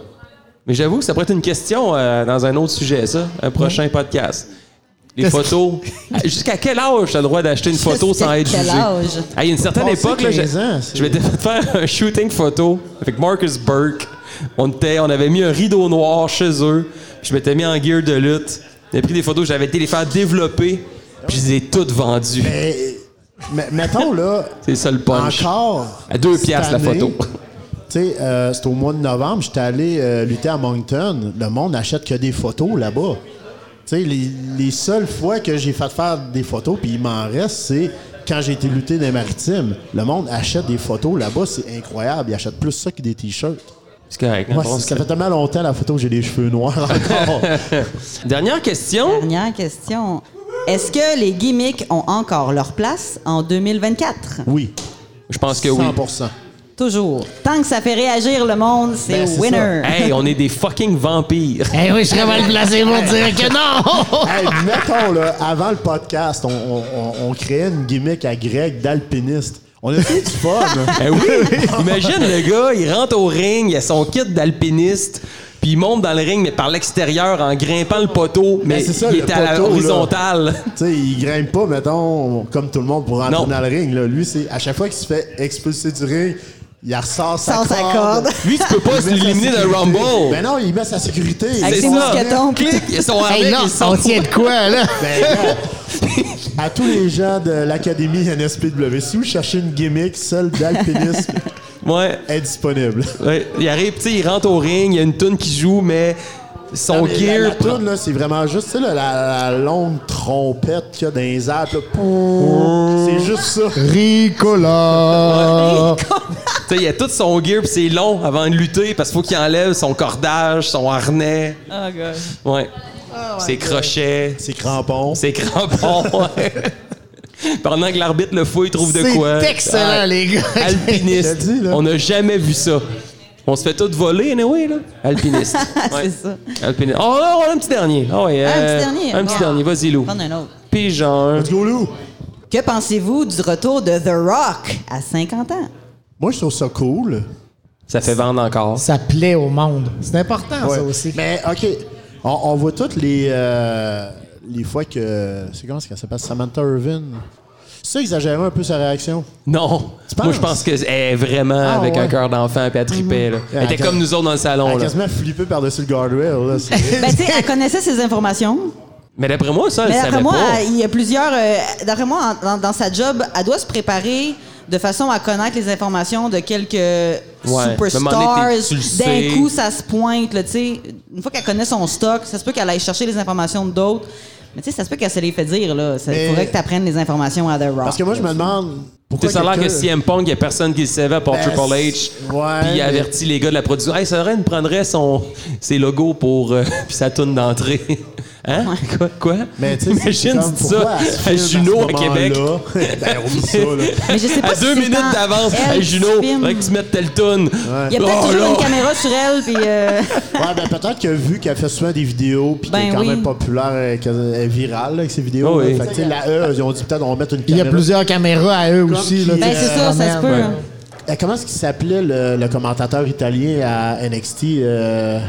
Speaker 2: Mais j'avoue que ça pourrait être une question euh, dans un autre sujet, ça, un prochain podcast. Les
Speaker 4: Qu'est-ce
Speaker 2: photos. À- Jusqu'à quel âge t'as le droit d'acheter une photo sans être
Speaker 5: Jusqu'à
Speaker 2: jugé? Ah,
Speaker 5: quel âge?
Speaker 2: À une certaine
Speaker 1: Passé
Speaker 2: époque, là, j'ai-
Speaker 1: 15 ans, c'est-
Speaker 2: je m'étais fait faire un shooting photo avec Marcus Burke. On, était, on avait mis un rideau noir chez eux. Puis je m'étais mis en gear de lutte. J'ai pris des photos, j'avais été les faire développer. Puis je les ai toutes vendues.
Speaker 1: Mais, mais- mettons, là,
Speaker 2: C'est ça le punch.
Speaker 1: encore.
Speaker 2: À deux
Speaker 1: cette
Speaker 2: piastres, la
Speaker 1: année,
Speaker 2: photo.
Speaker 1: Tu sais, euh, c'était au mois de novembre, j'étais allé euh, lutter à Moncton. Le monde n'achète que des photos là-bas. Tu sais, les, les seules fois que j'ai fait faire des photos, puis il m'en reste, c'est quand j'ai été lutter des maritimes. Le monde achète des photos là-bas, c'est incroyable. Il achète plus ça que des t-shirts.
Speaker 2: C'est correct. hein,
Speaker 1: Moi,
Speaker 2: bon,
Speaker 1: ça fait tellement longtemps la photo que j'ai les cheveux noirs encore.
Speaker 2: c'est- Dernière question.
Speaker 5: Dernière question. Est-ce que les gimmicks ont encore leur place en 2024?
Speaker 1: Oui.
Speaker 2: Je pense que oui.
Speaker 1: 100%.
Speaker 5: Toujours. Tant que ça fait réagir le monde, c'est
Speaker 1: Ben, c'est
Speaker 5: winner.
Speaker 2: Hey, on est des fucking vampires.
Speaker 4: Eh oui, je serais mal placé pour dire que non!
Speaker 1: Hey, mettons, là, avant le podcast, on, on- on- on créait une gimmick à Greg d'alpiniste. On a fait du fun.
Speaker 2: Eh oui! Imagine le gars, il rentre au ring, il a son kit d'alpiniste, puis il monte dans le ring, mais par l'extérieur, en grimpant le poteau, mais
Speaker 1: Ben, c'est ça,
Speaker 2: il
Speaker 1: le
Speaker 2: est à
Speaker 1: poteau, là.
Speaker 2: l'horizontale.
Speaker 1: Tu sais, il grimpe pas, mettons, comme tout le monde pour
Speaker 2: Non.
Speaker 1: rentrer dans le ring. là. Lui, c'est à chaque fois qu'il se fait expulser du ring, il ressort sa
Speaker 5: Sort
Speaker 1: corde.
Speaker 5: sa corde.
Speaker 2: Lui, tu peux pas
Speaker 1: Il met sa
Speaker 2: l'éliminer d'un
Speaker 1: sécurité.
Speaker 2: Rumble.
Speaker 1: Ben non, il met sa sécurité.
Speaker 5: Avec
Speaker 2: C'est
Speaker 5: ses
Speaker 2: ça.
Speaker 5: mousquetons.
Speaker 2: Clic, ils sont avec,
Speaker 4: hey, là,
Speaker 2: ils sont-
Speaker 4: on tient de quoi, là?
Speaker 1: Ben, non. à tous les gens de l'Académie NSPW, si vous cherchez une gimmick, celle d'alpinisme
Speaker 2: Ouais,
Speaker 1: est disponible.
Speaker 2: ouais. Il arrive, tu sais, il rentre au ring, il y a une toune qui joue, mais son
Speaker 1: Non, mais la-
Speaker 2: gear...
Speaker 1: la toune, là, c'est vraiment juste, tu sais, là, la, la longue trompette qu'il y a dans les arbres. là. Pouh. C'est juste ça.
Speaker 4: Ricola!
Speaker 2: Tu sais, il y a tout son gear, puis c'est long avant de lutter, parce qu'il faut qu'il enlève son cordage, son harnais.
Speaker 5: Oh, God.
Speaker 2: Ouais. ses crochets.
Speaker 1: C'est crampon.
Speaker 2: C'est crampons, ouais. Pendant que l'arbitre le fouille, il trouve de quoi.
Speaker 4: C'est excellent,
Speaker 2: Ah,
Speaker 4: les gars!
Speaker 1: Je
Speaker 2: Alpiniste.
Speaker 1: te dis, là.
Speaker 2: On n'a jamais vu ça. On se fait tout voler, anyway, là. Alpiniste.
Speaker 5: C'est ça.
Speaker 2: Alpiniste. Oh, oh, oh, un petit dernier. Ah ouais,
Speaker 5: Ah, un
Speaker 2: euh,
Speaker 5: petit dernier.
Speaker 2: Un petit
Speaker 5: Bon.
Speaker 2: dernier. Vas-y, Lou.
Speaker 5: Prendre un autre.
Speaker 2: Puis un.
Speaker 1: Let's go, Lou.
Speaker 5: Que pensez-vous du retour de The Rock à 50 ans?
Speaker 1: Moi, je trouve ça cool.
Speaker 2: Ça fait vendre encore.
Speaker 4: Ça plaît au monde. C'est important,
Speaker 1: Ouais.
Speaker 4: Ah, ça aussi.
Speaker 5: Ben,
Speaker 1: Mais OK, on, on voit toutes les, euh, les fois que. C'est comment ça s'appelle Samantha Irvin. Ça exagérait un peu sa réaction.
Speaker 2: Non. Moi,
Speaker 1: penses?
Speaker 2: je pense qu'elle est vraiment
Speaker 1: Ah,
Speaker 2: avec un
Speaker 1: ouais.
Speaker 2: cœur d'enfant, puis elle tripait, là. Elle était
Speaker 1: Elle a
Speaker 2: comme
Speaker 1: quas-
Speaker 2: nous autres dans le salon,
Speaker 1: Elle a
Speaker 2: Oh, là.
Speaker 1: quasiment flippé par-dessus le guardrail. Là. C'est-
Speaker 5: Ben, tu sais, elle connaissait ces informations.
Speaker 2: Mais d'après moi, ça, elle
Speaker 5: Mais
Speaker 2: savait
Speaker 5: d'après moi,
Speaker 2: pas.
Speaker 5: elle- il y a plusieurs. euh, d'après moi, en- dans, dans sa job, elle doit se préparer de façon à connaître les informations de quelques
Speaker 2: mais à un moment
Speaker 5: superstars.
Speaker 2: donné, t'es- tu le sais.
Speaker 5: D'un coup, ça se pointe. là, tu sais. une fois qu'elle connaît son stock, ça se peut qu'elle aille chercher les informations d'autres. Mais tu sais, ça se peut qu'elle se les fait dire. Là. Ça-
Speaker 1: Mais-
Speaker 5: Il faudrait que tu apprennes les informations à The Rock.
Speaker 1: Parce que moi, je me demande.
Speaker 2: Tu
Speaker 1: Pourquoi
Speaker 2: sais, ça a l'air que
Speaker 1: quelqu'un-
Speaker 2: CM Punk, il y a personne qui le savait pour
Speaker 1: Ben,
Speaker 2: Triple H.
Speaker 1: ouais,
Speaker 2: puis il
Speaker 1: mais-
Speaker 2: avertit les gars de la production. Hey, Soren prendrait son, ses logos pour euh, puis sa toune d'entrée. Hein? Quoi? quoi?
Speaker 1: Mais tu sais, c'est
Speaker 2: Imagine
Speaker 1: comme,
Speaker 2: tu dis ça
Speaker 1: pourquoi elle se
Speaker 2: à
Speaker 1: filme
Speaker 2: Juno
Speaker 1: ce
Speaker 2: à Québec.
Speaker 1: moment-là? ben, oublie ça, là.
Speaker 5: Mais je sais pas
Speaker 2: À
Speaker 5: si
Speaker 2: deux
Speaker 5: c'est
Speaker 2: minutes
Speaker 5: dans
Speaker 2: d'avance,
Speaker 5: elle
Speaker 2: hey,
Speaker 5: qui
Speaker 2: Juno,
Speaker 5: filme.
Speaker 2: faudrait que tu mettes telle toune.
Speaker 5: Il y a peut-être
Speaker 2: Oh,
Speaker 5: toujours
Speaker 2: là!
Speaker 5: une caméra sur elle. Puis, euh,
Speaker 1: Ouais, ben peut-être que vu qu'elle fait souvent des vidéos, puis
Speaker 5: Ben
Speaker 1: qu'elle est quand
Speaker 5: oui.
Speaker 1: même populaire, euh, qu'elle est virale là, avec ses vidéos.
Speaker 2: Oh oui.
Speaker 1: là. Fait que, tu sais, la E, ils ont dit peut-être on va mettre une
Speaker 4: Il y
Speaker 1: caméra.
Speaker 4: a plusieurs caméras à eux aussi. Là,
Speaker 5: ben,
Speaker 4: tu sais,
Speaker 5: c'est ça,
Speaker 4: euh,
Speaker 5: ça se peut.
Speaker 2: Ouais.
Speaker 1: Euh, Comment est-ce qu'il s'appelait le, le commentateur italien à NXT euh,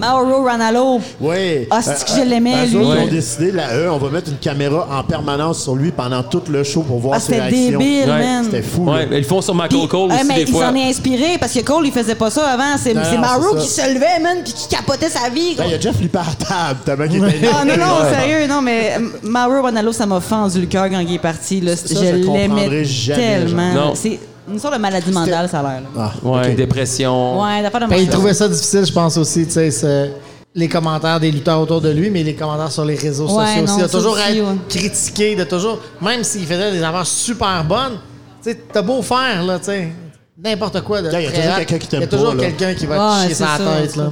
Speaker 5: Mauro Ranallo.
Speaker 1: Oui.
Speaker 5: Ah, c'est que je l'aimais,
Speaker 1: eux
Speaker 5: lui.
Speaker 1: autres,
Speaker 2: Ouais.
Speaker 1: Ils ont décidé, là, eux, on va mettre une caméra en permanence sur lui pendant tout le show pour voir
Speaker 5: Ah,
Speaker 1: ses
Speaker 5: c'était
Speaker 1: réactions.
Speaker 5: débile,
Speaker 2: Ouais,
Speaker 5: man.
Speaker 1: C'était fou.
Speaker 2: Ouais,
Speaker 1: là.
Speaker 2: mais ils le font sur
Speaker 5: Puis,
Speaker 2: Michael Cole
Speaker 5: ouais,
Speaker 2: aussi
Speaker 5: mais
Speaker 2: des
Speaker 5: il
Speaker 2: fois.
Speaker 5: s'en est inspiré parce que Cole, il faisait pas ça avant. C'est
Speaker 1: Non,
Speaker 5: c'est
Speaker 1: non,
Speaker 5: Maro
Speaker 1: c'est
Speaker 5: qui
Speaker 1: ça.
Speaker 5: se levait, man, puis qui capotait sa
Speaker 1: Là,
Speaker 5: vie.
Speaker 1: Ben,
Speaker 5: gros.
Speaker 1: il a déjà flippé à la table, tellement qu'il était
Speaker 5: Ah, non,
Speaker 1: énervé.
Speaker 5: non,
Speaker 1: Ouais.
Speaker 5: sérieux, non, mais euh, Mauro Ronaldo, ça m'a fendu le cœur quand il est parti. Là.
Speaker 1: Ça, je
Speaker 5: je
Speaker 1: le
Speaker 5: l'aimais
Speaker 1: comprendrais jamais,
Speaker 5: tellement.
Speaker 2: genre. Non.
Speaker 5: C'est une sorte de maladie mentale, ça a l'air. là.
Speaker 1: Ah,
Speaker 2: Ouais,
Speaker 1: ok.
Speaker 2: dépression.
Speaker 5: Ouais, d'affaire de
Speaker 4: Ben, il
Speaker 5: mental.
Speaker 4: trouvait ça difficile, je pense aussi, tu sais, ce- les commentaires des lutteurs autour de lui, mais les commentaires sur les réseaux
Speaker 5: Ouais,
Speaker 4: sociaux aussi.
Speaker 5: non,
Speaker 4: De
Speaker 5: ça
Speaker 4: toujours
Speaker 5: aussi,
Speaker 4: être
Speaker 5: ouais.
Speaker 4: critiqué, de toujours, même s'il faisait des affaires super bonnes, tu sais, t'as beau faire, là, tu sais, n'importe quoi. De
Speaker 1: Il y a
Speaker 4: très
Speaker 1: toujours
Speaker 4: hot,
Speaker 1: quelqu'un qui t'aime
Speaker 4: Il y a toujours
Speaker 1: pas, là.
Speaker 4: quelqu'un qui va te
Speaker 5: Ouais,
Speaker 4: chier
Speaker 5: c'est
Speaker 4: sur la
Speaker 5: ça,
Speaker 4: tête,
Speaker 5: c'est
Speaker 4: là.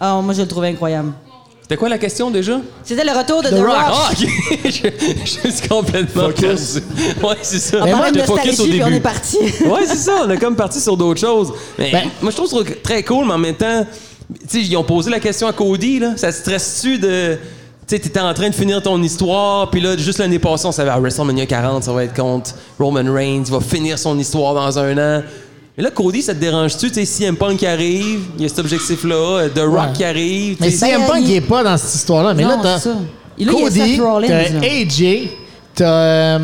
Speaker 5: Ah, moi, je le trouvais incroyable.
Speaker 2: C'était quoi la question déjà?
Speaker 5: C'était le retour de The,
Speaker 4: The Rock.
Speaker 5: Rock.
Speaker 2: Ah, ok! je, je suis complètement
Speaker 1: Focus.
Speaker 2: perdu. Ouais, c'est ça.
Speaker 5: On parlait de
Speaker 2: J'étais focus au
Speaker 5: nostalgie, puis on
Speaker 2: début.
Speaker 5: est parti.
Speaker 2: ouais, c'est ça. On est comme parti sur d'autres choses. Mais
Speaker 4: Ben-
Speaker 2: moi, je trouve ça très cool, mais en même temps, tu sais, ils ont posé la question à Cody, là. Ça te stresse-tu de. Tu sais, t'étais en train de finir ton histoire, puis là, juste l'année passée, on savait à WrestleMania 40, ça va être contre Roman Reigns, il va finir son histoire dans un an. Mais là, Cody, ça te dérange-tu? Tu sais, CM Punk qui arrive, il y a cet objectif-là, euh, The Rock
Speaker 4: Ouais.
Speaker 2: qui arrive.
Speaker 4: Mais
Speaker 2: tu sais,
Speaker 4: CM
Speaker 5: Ben,
Speaker 4: Punk,
Speaker 5: il-
Speaker 4: il est pas dans cette histoire-là. Mais
Speaker 5: Non,
Speaker 4: là, t'as
Speaker 5: c'est ça. Et là, il y a
Speaker 4: Cody,
Speaker 5: Seth Rollins,
Speaker 4: t'as
Speaker 5: là.
Speaker 4: AJ, t'as euh,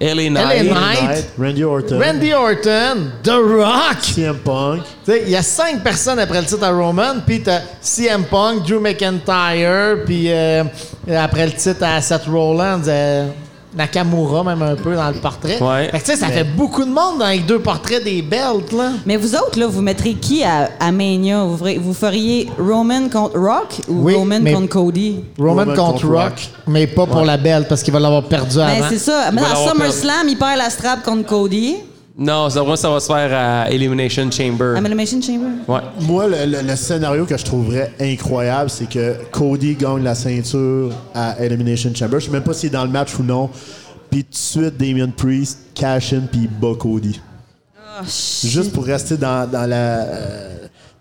Speaker 2: LA Knight.
Speaker 4: LA Knight.
Speaker 1: Randy Orton.
Speaker 4: Randy Orton, The Rock.
Speaker 1: CM Punk.
Speaker 4: Tu sais, Il y a cinq personnes après le titre à Roman, puis t'as CM Punk, Drew McIntyre, puis euh, après le titre à Seth Rollins, euh, Nakamura même un peu dans le portrait.
Speaker 2: Ouais.
Speaker 4: Fait que tu sais, ça fait beaucoup de monde dans les deux portraits des belts, là.
Speaker 5: Mais vous autres, là, vous mettrez qui à, à Mania? Vous, ferez- vous feriez Roman contre Rock ou
Speaker 4: Oui,
Speaker 5: Roman
Speaker 4: mais-
Speaker 5: contre Cody?
Speaker 4: Roman, contre, Rock, mais pas pour la belt parce qu'il va l'avoir perdu
Speaker 5: Ben,
Speaker 4: avant.
Speaker 5: c'est ça. Mais
Speaker 2: va
Speaker 5: dans
Speaker 2: l'avoir
Speaker 5: SummerSlam, il perd la strap contre Cody.
Speaker 2: Non, ça, moi, ça va se faire à Elimination Chamber.
Speaker 5: À Elimination Chamber.
Speaker 2: Ouais.
Speaker 1: Moi, le, le- le scénario que je trouverais incroyable, c'est que Cody gagne la ceinture à Elimination Chamber. Je sais même pas s'il est dans le match ou non. Puis tout de suite, Damien Priest cash in puis il bat Cody. Juste pour rester dans, dans la euh,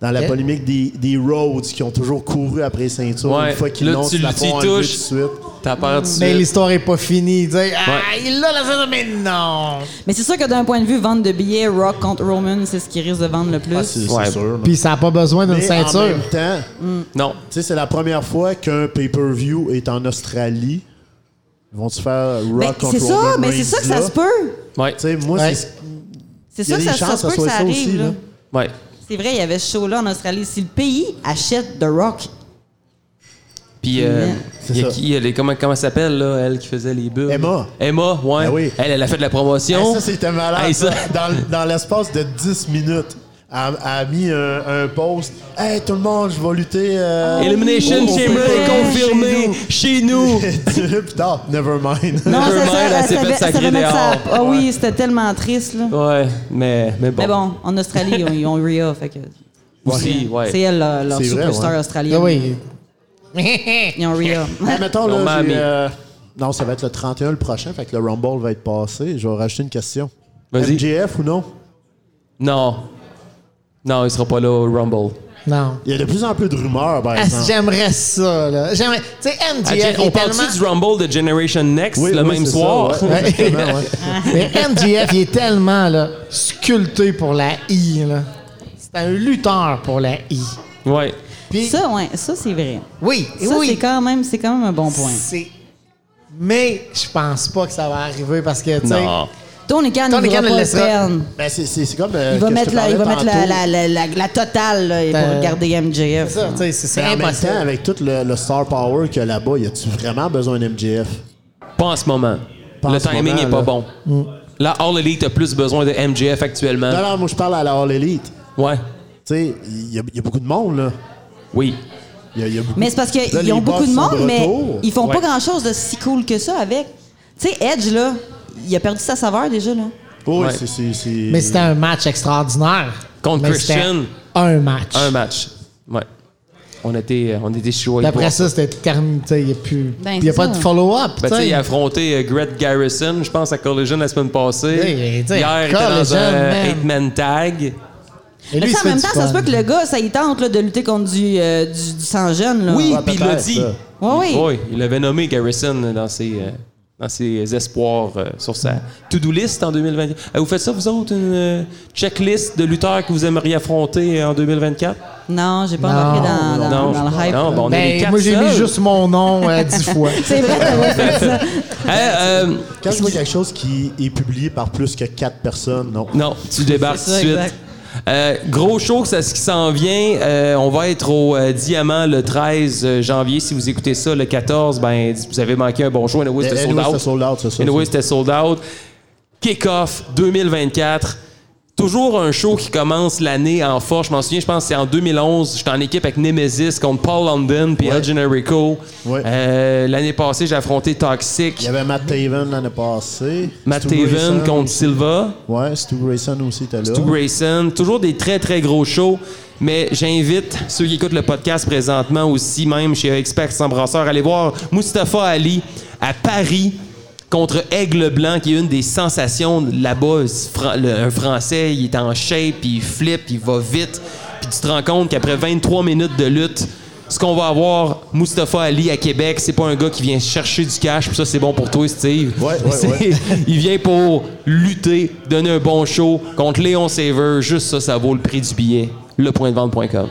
Speaker 1: dans la
Speaker 4: Ok.
Speaker 1: polémique des, des Rhodes qui ont toujours couru après les ceintures.
Speaker 2: Ouais.
Speaker 1: Une fois qu'ils
Speaker 2: Là,
Speaker 1: l'ont,
Speaker 2: tu-
Speaker 1: ils la
Speaker 2: tu
Speaker 1: font
Speaker 2: y
Speaker 1: enlever
Speaker 2: touches.
Speaker 1: tout de suite.
Speaker 2: T'as peur du.
Speaker 4: Mais l'histoire est pas finie. Tu sais, Ah, il a la ceinture, mais non!
Speaker 5: Mais c'est sûr que d'un point de vue vente de billets, Rock contre Roman, c'est ce qui risque de vendre le plus.
Speaker 1: Ah, c'est c'est
Speaker 2: Ouais.
Speaker 1: sûr. là.
Speaker 4: Puis ça a pas besoin d'une
Speaker 1: Mais En
Speaker 4: ceinture.
Speaker 1: même temps,
Speaker 2: Non.
Speaker 1: Tu sais, c'est la première fois qu'un pay-per-view est en Australie. Ils vont-tu faire Rock
Speaker 5: Ben,
Speaker 1: contre
Speaker 5: c'est ça,
Speaker 1: Roman
Speaker 5: mais c'est
Speaker 1: Reigns
Speaker 5: ça que ça
Speaker 1: là?
Speaker 5: se peut.
Speaker 2: Ouais.
Speaker 1: Tu sais, moi,
Speaker 4: Ouais.
Speaker 1: c'est...
Speaker 5: C'est
Speaker 1: Il y a
Speaker 5: ça que
Speaker 1: des
Speaker 5: ça, ça
Speaker 1: chances
Speaker 5: se
Speaker 1: que ça
Speaker 5: peut que
Speaker 1: soit
Speaker 5: ça
Speaker 1: ça
Speaker 5: arrive.
Speaker 1: aussi,
Speaker 5: là.
Speaker 1: là.
Speaker 2: Ouais.
Speaker 5: C'est vrai, il y avait ce show-là en Australie. Si le pays achète The Rock,
Speaker 2: Puis, euh,
Speaker 1: C'est
Speaker 2: il y a
Speaker 1: ça.
Speaker 2: qui? elle est- comment comment elle s'appelle, là, elle qui faisait les bulles?
Speaker 1: Emma.
Speaker 2: Emma, ouais.
Speaker 1: Ben oui.
Speaker 2: Elle, elle a fait de la promotion.
Speaker 1: Hey, ça, c'était malade.
Speaker 2: Hey, ça-
Speaker 1: ça. Dans, dans l'espace de 10 minutes, elle elle a mis un, un post. « Hey, tout le monde, je vais lutter...
Speaker 5: Ah
Speaker 1: euh,
Speaker 2: Elimination
Speaker 1: au- au
Speaker 2: Chamber
Speaker 1: pay-per-view
Speaker 2: est confirmé chez nous.
Speaker 1: chez nous. » Putain, never mind.
Speaker 5: non,
Speaker 2: Nevermind,
Speaker 5: c'est ça,
Speaker 2: elle
Speaker 5: elle
Speaker 2: s'est fait
Speaker 5: savait- elle
Speaker 2: sacrer
Speaker 5: savait mettre sa-
Speaker 2: dehors.
Speaker 5: Ah oui, c'était tellement triste. Là.
Speaker 2: ouais, mais, mais bon.
Speaker 5: Mais bon, en Australie, ils ont- ils ont Rhea, fait que
Speaker 2: Aussi, ouais.
Speaker 5: c'est elle leur, leur
Speaker 1: C'est vrai,
Speaker 5: superstar
Speaker 1: ouais.
Speaker 5: australienne.
Speaker 4: Ah oui.
Speaker 5: Ils ont Rhea.
Speaker 1: Hey, mettons,
Speaker 2: Ils l'ont
Speaker 1: là,
Speaker 2: mamé.
Speaker 1: j'ai, euh, Non, ça va être le 31 le prochain, fait que le Rumble va être passé. Je vais rajouter une question.
Speaker 2: Vas-y.
Speaker 1: MJF ou non?
Speaker 2: Non. Non, il sera pas là au Rumble.
Speaker 4: Non.
Speaker 1: Il y a de plus en plus de rumeurs, par
Speaker 4: Ah, si
Speaker 1: exemple.
Speaker 4: j'aimerais ça, là. J'aimerais. Tu sais,
Speaker 2: Ah,
Speaker 4: MJF
Speaker 2: on
Speaker 4: est
Speaker 2: parle-tu
Speaker 4: tellement.
Speaker 2: du Rumble de Generation Next
Speaker 1: Oui,
Speaker 2: le
Speaker 1: oui,
Speaker 2: même
Speaker 1: c'est ça,
Speaker 2: soir?
Speaker 1: ouais.
Speaker 4: Ouais.
Speaker 1: Exactement, ouais.
Speaker 4: Mais MJF, il est tellement, là, sculpté pour la I, là. C'est un lutteur pour la I.
Speaker 2: Ouais.
Speaker 4: Puis,
Speaker 5: Ça, ouais, ça c'est vrai.
Speaker 4: oui,
Speaker 5: Ça, c'est
Speaker 4: oui.
Speaker 5: quand même, c'est quand même un bon point.
Speaker 4: C'est- Mais je pense pas que ça va arriver parce que, tu sais.
Speaker 2: Non.
Speaker 5: Tony Khan,
Speaker 4: Tony
Speaker 5: il va
Speaker 4: Khan le
Speaker 5: pas le
Speaker 4: laissera.
Speaker 5: perdre.
Speaker 1: Ben, c'est- c'est c'est comme. euh,
Speaker 5: Il va
Speaker 1: que je te
Speaker 5: mettre, la, il va
Speaker 1: parlais
Speaker 5: mettre la,
Speaker 1: tantôt. Ben,
Speaker 5: la, la, la, la totale là, pour
Speaker 4: Euh,
Speaker 5: garder MJF.
Speaker 4: C'est ça, tu sais, c'est- c'est
Speaker 1: Mais en même temps,
Speaker 4: impossible.
Speaker 1: avec tout le, le star power qu'il y a là-bas, y a-tu vraiment besoin d'MJF?
Speaker 2: Pas en ce moment.
Speaker 1: Pas en
Speaker 2: le
Speaker 1: ce
Speaker 2: timing
Speaker 1: moment,
Speaker 2: est pas
Speaker 1: là. Mm.
Speaker 2: bon. Là, All Elite a plus besoin de MJF actuellement.
Speaker 1: Non, non, moi, je parle à la All Elite.
Speaker 2: Ouais.
Speaker 1: Tu sais, il y, a- y a beaucoup de monde, là.
Speaker 2: Oui.
Speaker 1: Y a- y a beaucoup-
Speaker 5: Mais c'est parce
Speaker 1: Là,
Speaker 5: qu'ils
Speaker 1: les
Speaker 5: ont beaucoup
Speaker 1: boss
Speaker 5: de
Speaker 1: sont
Speaker 5: monde, mais
Speaker 1: retour.
Speaker 5: ils font
Speaker 2: Ouais.
Speaker 5: pas grand-chose de si cool que ça avec. Tu sais, Edge, là, il a perdu sa saveur déjà, là.
Speaker 1: Oui,
Speaker 2: Ouais.
Speaker 1: c'est- c'est. c'est-
Speaker 4: Mais c'était un match extraordinaire.
Speaker 2: Contre
Speaker 4: Mais c'était
Speaker 2: Christian.
Speaker 4: Un match.
Speaker 2: Un match. Ouais. On était, euh, on était choyés.
Speaker 4: D'après ça, c'était terminé. Tu sais, il n'y a plus.
Speaker 5: Ben,
Speaker 4: il y a
Speaker 5: c'est
Speaker 4: pas
Speaker 5: ça.
Speaker 4: de follow-up.
Speaker 2: Ben,
Speaker 4: tu
Speaker 2: tu sais,
Speaker 4: sais.
Speaker 2: il a affronté euh, Greg Garrison, je pense, à Collision la semaine passée.
Speaker 4: Hey, tu sais,
Speaker 2: Hier, il était dans
Speaker 4: Collision,
Speaker 2: un
Speaker 4: man.
Speaker 2: 8-man tag.
Speaker 4: Et
Speaker 5: Mais
Speaker 4: lui, il
Speaker 5: ça,
Speaker 4: se
Speaker 5: en
Speaker 4: fait
Speaker 5: même
Speaker 4: du
Speaker 5: temps, ça se
Speaker 4: fun. Ben,
Speaker 5: peut que le gars, ça y tente là, de lutter contre du, euh, du, du sang jeune. Là.
Speaker 2: Oui,
Speaker 1: Ouais,
Speaker 2: puis il l'a
Speaker 1: peut-être,
Speaker 2: dit.
Speaker 1: ça.
Speaker 5: Ouais, oui.
Speaker 2: Oui, il l'avait nommé Garrison dans ses, euh, dans ses espoirs euh, sur sa to-do list en 2024. Euh, vous faites ça, vous autres, une euh, checklist de lutteurs que vous aimeriez affronter euh, en 2024?
Speaker 5: Non, j'ai pas
Speaker 4: Non,
Speaker 5: embarqué dans, dans,
Speaker 2: non,
Speaker 5: dans le hype.
Speaker 2: non,
Speaker 5: là.
Speaker 2: bon, on est les
Speaker 4: Ben,
Speaker 2: quatre
Speaker 4: moi, j'ai mis
Speaker 2: seuls.
Speaker 4: juste mon nom euh, dix fois.
Speaker 5: C'est vrai, t'avais fait ça.
Speaker 2: Hein, euh,
Speaker 1: Quand je vois quelque chose qui est publié par plus que 4 personnes, non.
Speaker 2: non, tu débarques tout
Speaker 5: C'est
Speaker 2: de
Speaker 5: ça,
Speaker 2: suite.
Speaker 5: exact.
Speaker 2: Euh, gros show, c'est ce qui s'en vient. Euh, on va être au euh, Diamant le 13 janvier. Si vous écoutez ça le 14, ben vous avez manqué un bon show. Anyway, c'était
Speaker 1: Mais
Speaker 2: sold
Speaker 1: anyway,
Speaker 2: out.
Speaker 1: Eh, c'était sold out, c'est ça.
Speaker 2: Anyway, c'était sold out. Kick-off 2024. Toujours un show qui commence l'année en force. Je m'en souviens, je pense que c'est en 2011. J'étais en équipe avec Nemesis contre Paul London puis El Generico.
Speaker 1: Ouais.
Speaker 2: Euh, l'année passée, j'ai affronté Toxic.
Speaker 1: Il y avait Matt Taven l'année passée.
Speaker 2: Matt
Speaker 1: Stu
Speaker 2: Taven
Speaker 1: Grayson.
Speaker 2: contre Silva.
Speaker 1: Ouais, Stu Grayson aussi était là.
Speaker 2: Stu Grayson. Toujours des très, très gros shows. Mais j'invite ceux qui écoutent le podcast présentement aussi, même chez Expert sans brasseur, à aller voir Mustafa Ali à Paris contre Aigle Blanc, qui est une des sensations de là-bas. C'est Fran- le- un Français, il est en shape, il flippe, il va vite. Puis tu te rends compte qu'après 23 minutes de lutte, ce qu'on va avoir, Mustafa Ali à Québec, c'est pas un gars qui vient chercher du cash, puis ça c'est bon pour toi, Steve.
Speaker 1: Ouais, ouais,
Speaker 2: C'est-
Speaker 1: ouais.
Speaker 2: il vient pour lutter, donner un bon show contre Léon Saver. Juste ça, ça vaut le prix du billet. Lepointdevente.com.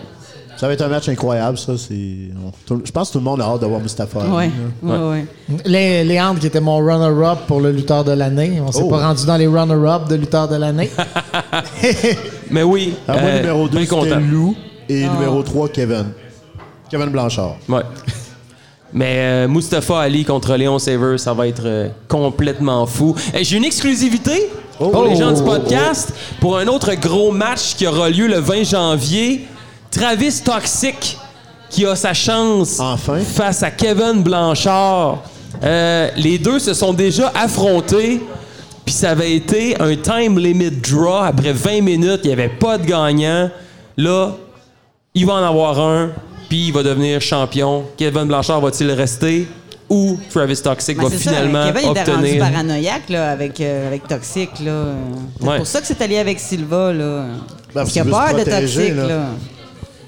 Speaker 1: Ça va être un match incroyable, ça. c'est- on- tout- Je pense que tout le monde a hâte de voir Mustafa. Ali,
Speaker 5: Ouais,
Speaker 1: là.
Speaker 5: ouais, ouais.
Speaker 4: Lé- Léandre, qui était mon runner-up pour le lutteur de l'année. On s'est
Speaker 1: Oh.
Speaker 4: pas rendu dans les runner-up de lutteur de l'année.
Speaker 2: Mais oui,
Speaker 1: Alors, Ah, moi,
Speaker 2: euh,
Speaker 1: numéro
Speaker 2: bien
Speaker 1: 2, c'était
Speaker 2: content.
Speaker 1: Lou. Et
Speaker 5: Ah.
Speaker 1: numéro 3, Kevin. Kevin Blanchard.
Speaker 2: Ouais. Mais euh, Mustafa Ali contre Léon Saver, ça va être euh, complètement fou. Et J'ai une exclusivité
Speaker 1: Oh!
Speaker 2: pour les gens du podcast pour un autre gros match qui aura lieu le 20 janvier. Travis Toxic qui a sa chance
Speaker 1: Enfin.
Speaker 2: face à Kevin Blanchard. Euh, les deux se sont déjà affrontés. Puis ça avait été un time limit draw. Après 20 minutes, il n'y avait pas de gagnant. Là, il va en avoir un, puis il va devenir champion. Kevin Blanchard va-t-il rester ou Travis Toxic
Speaker 5: Ben,
Speaker 2: va
Speaker 5: c'est ça,
Speaker 2: finalement
Speaker 5: Kevin était rendu
Speaker 2: obtenir.
Speaker 5: paranoïaque là, avec, euh, avec Toxic. là. C'est
Speaker 2: Ouais.
Speaker 5: pour ça que c'est allié avec Silva. Là. Parce qu'il a
Speaker 1: parce qu'il
Speaker 5: peur
Speaker 1: veut
Speaker 5: de
Speaker 1: se protéger,
Speaker 5: Toxic.
Speaker 1: là.
Speaker 5: là.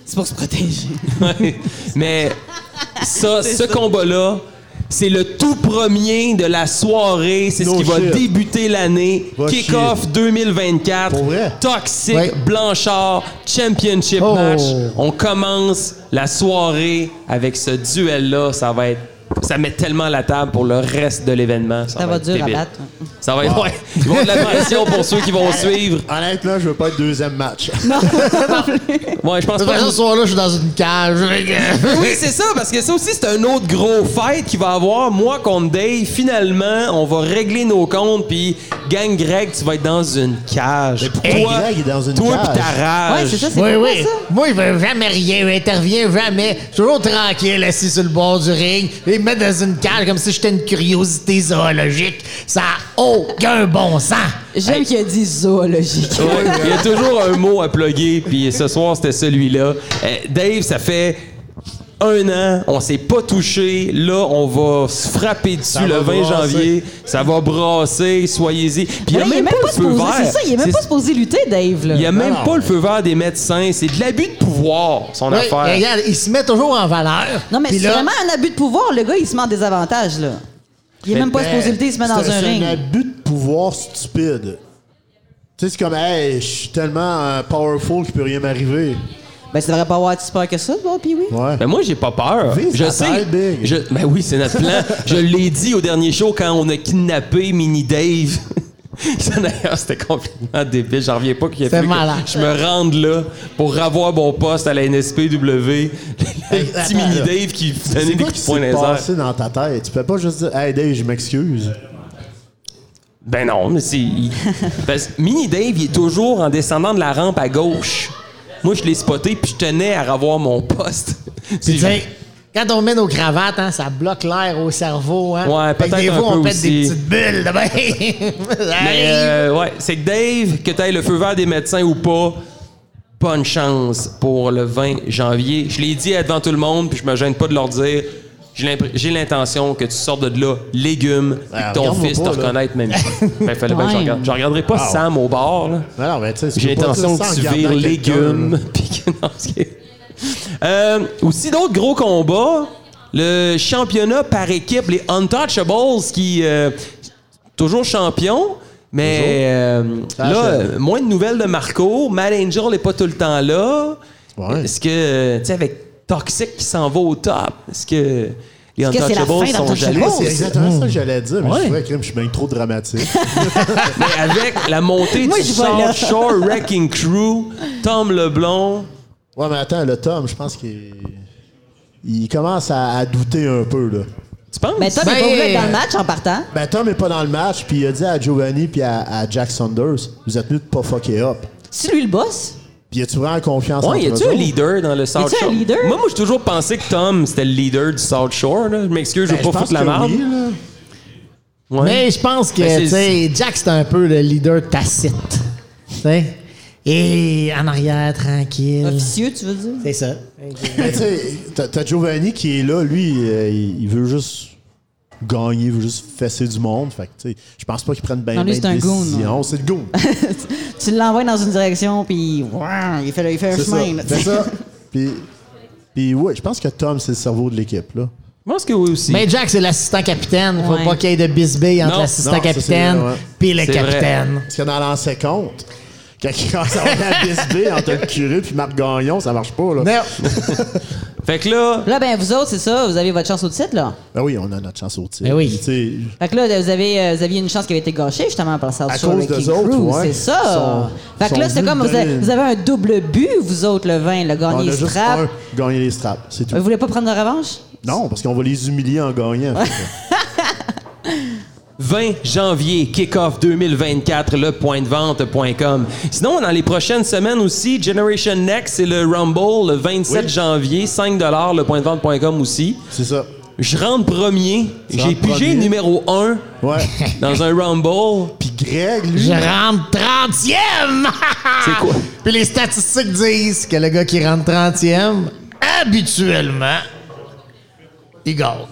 Speaker 5: C'est pour se protéger.
Speaker 2: Ouais. Mais ça,
Speaker 5: C'est
Speaker 2: ce
Speaker 5: ça.
Speaker 2: combat-là, c'est le tout premier de la soirée. C'est ce
Speaker 1: No
Speaker 2: qui va
Speaker 1: shit.
Speaker 2: débuter l'année.
Speaker 1: Va
Speaker 2: Kick-off 2024.
Speaker 1: Pour vrai?
Speaker 2: Toxic
Speaker 4: Ouais.
Speaker 2: Blanchard Championship
Speaker 4: Oh.
Speaker 2: match. On commence la soirée avec ce duel-là. Ça va être. Ça met tellement la table pour le reste de l'événement. Ça,
Speaker 5: Ça va
Speaker 2: être
Speaker 5: dur à
Speaker 2: débile.
Speaker 5: battre. hein.
Speaker 2: Ça va être. Ouais. Il va y avoir de la pression pour ceux qui vont suivre.
Speaker 1: Honnêtement, je veux pas être deuxième match.
Speaker 2: Ouais, je pense
Speaker 4: De toute
Speaker 2: pas.
Speaker 4: façon, ce soir-là, je suis dans une cage.
Speaker 2: Oui, c'est ça, parce que ça aussi, c'est un autre gros fight qu'il va avoir. Moi contre Dave, finalement, on va régler nos comptes, puis gang Greg, tu vas être dans une cage.
Speaker 1: pourquoi Greg est dans une
Speaker 2: toi
Speaker 1: cage?
Speaker 2: pis ta rage.
Speaker 5: Ouais, c'est ça, c'est
Speaker 4: Oui,
Speaker 5: pourquoi
Speaker 4: oui.
Speaker 5: ça?
Speaker 4: Moi, il veut jamais rien. Il intervient jamais. Je suis toujours tranquille, assis sur le bord du ring. Il me met dans une cage comme si j'étais une curiosité zoologique. Ça a aucun bon sens.
Speaker 5: J'aime qu'il a dit zoologique.
Speaker 2: Ouais, Il y a toujours un mot à plugger, puis ce soir, c'était celui-là. Euh, Dave, ça fait un an, on s'est pas touché. Là, on va se frapper dessus le
Speaker 1: va
Speaker 2: 20
Speaker 1: brasser.
Speaker 2: janvier. Ça va brasser, soyez-y. Puis il y a
Speaker 5: Ouais,
Speaker 2: même pas le feu
Speaker 5: supposé-
Speaker 2: vert.
Speaker 5: C'est ça, il est même
Speaker 2: C'est-
Speaker 5: pas supposé lutter, Dave. Là.
Speaker 2: Il n'y a même
Speaker 1: Euh, non,
Speaker 2: pas le
Speaker 1: mais-
Speaker 2: feu vert des médecins. C'est de l'abus de pouvoir, son
Speaker 4: Oui,
Speaker 2: affaire.
Speaker 4: mais regarde, il se met toujours en valeur.
Speaker 5: Non, mais
Speaker 4: Puis
Speaker 5: c'est
Speaker 4: là-
Speaker 5: vraiment un abus de pouvoir. Le gars, il se met en désavantage. Là. Il est même pas supposé lutter, il se met dans
Speaker 1: ben, C'est-
Speaker 5: un
Speaker 1: C'est un
Speaker 5: ring.
Speaker 1: abus de pouvoir stupide. Tu sais, c'est comme, hey, je suis tellement euh, powerful qu'il peut rien m'arriver.
Speaker 5: Ben, ça devrait pas avoir si peur que ça, bon, puis oui.
Speaker 1: Ouais.
Speaker 2: Ben moi, j'ai pas peur.
Speaker 1: Vise
Speaker 2: je
Speaker 1: ta
Speaker 2: sais.
Speaker 1: taille, Big.
Speaker 2: Je, ben oui, c'est notre plan. je l'ai dit au dernier show quand on a kidnappé Mini Dave. Ça, D'ailleurs, c'était complètement débile. J'en reviens pas qu'il y ait
Speaker 4: C'est
Speaker 2: plus que
Speaker 4: malade.
Speaker 2: je me rende là pour avoir mon poste à la NSPW.
Speaker 1: Hey,
Speaker 2: Le petit
Speaker 1: attends,
Speaker 2: Mini
Speaker 1: là.
Speaker 2: Dave qui donnait
Speaker 1: C'est
Speaker 2: des
Speaker 1: quoi
Speaker 2: coups
Speaker 1: qui
Speaker 2: de poing dans
Speaker 1: s'est
Speaker 2: les airs.
Speaker 1: passé dans ta tête? Tu peux pas juste dire, hey Dave, je m'excuse.
Speaker 2: Ben non, mais c'est. il- Parce que Mini Dave, il est toujours en descendant de la rampe à gauche. Moi, je l'ai spoté, puis je tenais à revoir mon poste.
Speaker 4: Puis tu sais, quand on met nos cravates, hein, ça bloque l'air au cerveau. Hein.
Speaker 2: Ouais,
Speaker 4: Fait que
Speaker 2: peut-être
Speaker 4: Des
Speaker 2: un
Speaker 4: fois,
Speaker 2: peu
Speaker 4: on pète
Speaker 2: aussi.
Speaker 4: des petites bulles. de même. Ça
Speaker 2: Mais
Speaker 4: arrive.
Speaker 2: euh, ouais, c'est que Dave, que t'ailles le feu vert des médecins ou pas, bonne chance pour le 20 janvier. Je l'ai dit devant tout le monde, puis je me gêne pas de leur dire. j'ai l'impr- J'ai l'intention que tu sortes de là, légumes, et
Speaker 1: Ah,
Speaker 2: que ton
Speaker 1: regarde-moi
Speaker 2: fils te
Speaker 1: pas, là.
Speaker 2: reconnaisse même. ben, fallait bien que je
Speaker 5: Time.
Speaker 2: regarde. Je regarderai pas Sam au bar, là.
Speaker 1: Mais non, mais tu sais, c'est
Speaker 2: J'ai
Speaker 1: pas
Speaker 2: l'intention
Speaker 1: ça,
Speaker 2: que
Speaker 1: en
Speaker 2: tu
Speaker 1: gardant
Speaker 2: vires
Speaker 1: quelqu'un,
Speaker 2: légumes.
Speaker 1: là.
Speaker 2: puis que- non, c'est- Euh, aussi d'autres gros combats. Le championnat par équipe, les Untouchables qui euh, toujours champion. Mais euh,
Speaker 1: Ça
Speaker 2: là,
Speaker 1: achève.
Speaker 2: euh, moins de nouvelles de Marco. Mad Angel n'est pas tout le temps là.
Speaker 1: Ouais.
Speaker 2: Est-ce que, euh, tu sais, avec Toxic qui s'en va au top, est-ce que les
Speaker 5: que c'est la
Speaker 2: Untouchables
Speaker 5: fin
Speaker 2: sont
Speaker 5: d'Untouchables?
Speaker 2: jaloux?
Speaker 1: C'est exactement ça que j'allais dire, mais
Speaker 2: Ouais.
Speaker 1: je trouvais que je suis bien trop dramatique.
Speaker 2: Mais avec la montée
Speaker 5: Moi,
Speaker 2: du
Speaker 5: je vais là.
Speaker 2: South Shore Wrecking Crew, Tom Leblon,
Speaker 1: ouais, mais attends, le Tom, je pense qu'il il commence à, à douter un peu, là.
Speaker 2: tu penses?
Speaker 5: Mais Tom, il est
Speaker 4: Ben-
Speaker 5: pas voulu être dans le match en partant.
Speaker 1: Ben, Tom est pas dans le match, puis il a dit à Giovanni puis à, à Jack Saunders, vous êtes mieux de pas fucker up.
Speaker 5: C'est lui le boss.
Speaker 1: Puis as-tu vraiment confiance en
Speaker 2: Ouais, y a-tu un leader dans le South
Speaker 5: Y a-tu un
Speaker 2: Shore?
Speaker 5: leader?
Speaker 2: Moi, moi, j'ai toujours pensé que Tom, c'était le leader du South Shore. Là. Je m'excuse,
Speaker 1: Ben,
Speaker 2: je veux pas foutre la merde. Ouais.
Speaker 4: Mais je pense que
Speaker 2: Ben, c'est-
Speaker 4: tu sais, Jack, c'est un peu le leader tacite. Tu sais? Et en arrière, tranquille.
Speaker 5: Officieux, tu veux dire?
Speaker 4: C'est ça.
Speaker 1: Mais tu sais, t'as- t'as Giovanni qui est là, lui, euh, il, il veut juste gagner, il veut juste fesser du monde. Fait que, tu sais, je pense pas qu'il prenne bien
Speaker 5: Non, lui,
Speaker 1: des
Speaker 5: c'est un goon, hein.
Speaker 1: décisions. C'est le goon.
Speaker 5: Tu l'envoies dans une direction, puis ouah, il fait, il fait un
Speaker 1: C'est ça.
Speaker 5: chemin. là, tu
Speaker 1: C'est
Speaker 5: sais.
Speaker 1: ça. Puis, puis ouais, je pense que Tom, c'est le cerveau de l'équipe, là.
Speaker 2: Je pense que oui aussi.
Speaker 4: Mais Jack, c'est l'assistant capitaine. Faut
Speaker 5: Ouais.
Speaker 4: pas qu'il y ait de bisbille
Speaker 2: Non.
Speaker 4: entre
Speaker 2: Non,
Speaker 4: l'assistant
Speaker 1: ça, c'est
Speaker 4: capitaine
Speaker 1: vrai, ouais.
Speaker 4: puis le
Speaker 2: C'est vrai.
Speaker 4: capitaine.
Speaker 1: Parce que dans l'ancien compte, Quand il commence à avoir la BSB entre le curé puis Marc Gagnon, ça marche pas, là.
Speaker 4: Non.
Speaker 2: Fait que là,
Speaker 5: Là, ben, vous autres, c'est ça, vous avez votre chance au titre, là.
Speaker 1: Ben oui, on a notre chance au titre.
Speaker 4: Ben oui.
Speaker 1: Puis, tu sais,
Speaker 5: Fait que là, vous, avez, euh, vous aviez une chance qui avait été gâchée, justement, par South
Speaker 1: À
Speaker 5: Shore
Speaker 1: cause
Speaker 5: Wrecking
Speaker 1: d'eux autres,
Speaker 5: Crew,
Speaker 1: ouais.
Speaker 5: C'est ça.
Speaker 1: Ils sont-
Speaker 5: fait que
Speaker 1: ils
Speaker 5: là,
Speaker 1: sont
Speaker 5: c'est
Speaker 1: venus
Speaker 5: comme,
Speaker 1: nous
Speaker 5: vous avez,
Speaker 1: donner une-
Speaker 5: vous avez un double but, vous autres, le vin, le
Speaker 1: on
Speaker 5: gagner
Speaker 1: a
Speaker 5: les
Speaker 1: juste
Speaker 5: straps.
Speaker 1: un, gagner les straps, c'est
Speaker 4: Euh,
Speaker 1: tout.
Speaker 5: Vous voulez pas prendre de revanche?
Speaker 1: Non, parce qu'on va les humilier en gagnant.
Speaker 2: 20 janvier, kick-off 2024, le point de vente.com. Sinon, dans les prochaines semaines aussi, Generation Next, c'est le Rumble le 27
Speaker 1: Oui.
Speaker 2: janvier, 5 le point de vente.com aussi.
Speaker 1: C'est ça.
Speaker 2: Je rentre premier, j'ai
Speaker 1: rentres
Speaker 2: pigé
Speaker 1: premier.
Speaker 2: numéro 1
Speaker 1: Ouais.
Speaker 2: dans un Rumble.
Speaker 1: Puis Greg, lui,
Speaker 4: Je rentre 30e!
Speaker 2: C'est quoi?
Speaker 4: Puis les statistiques disent que le gars qui rentre 30e, habituellement, il gagne.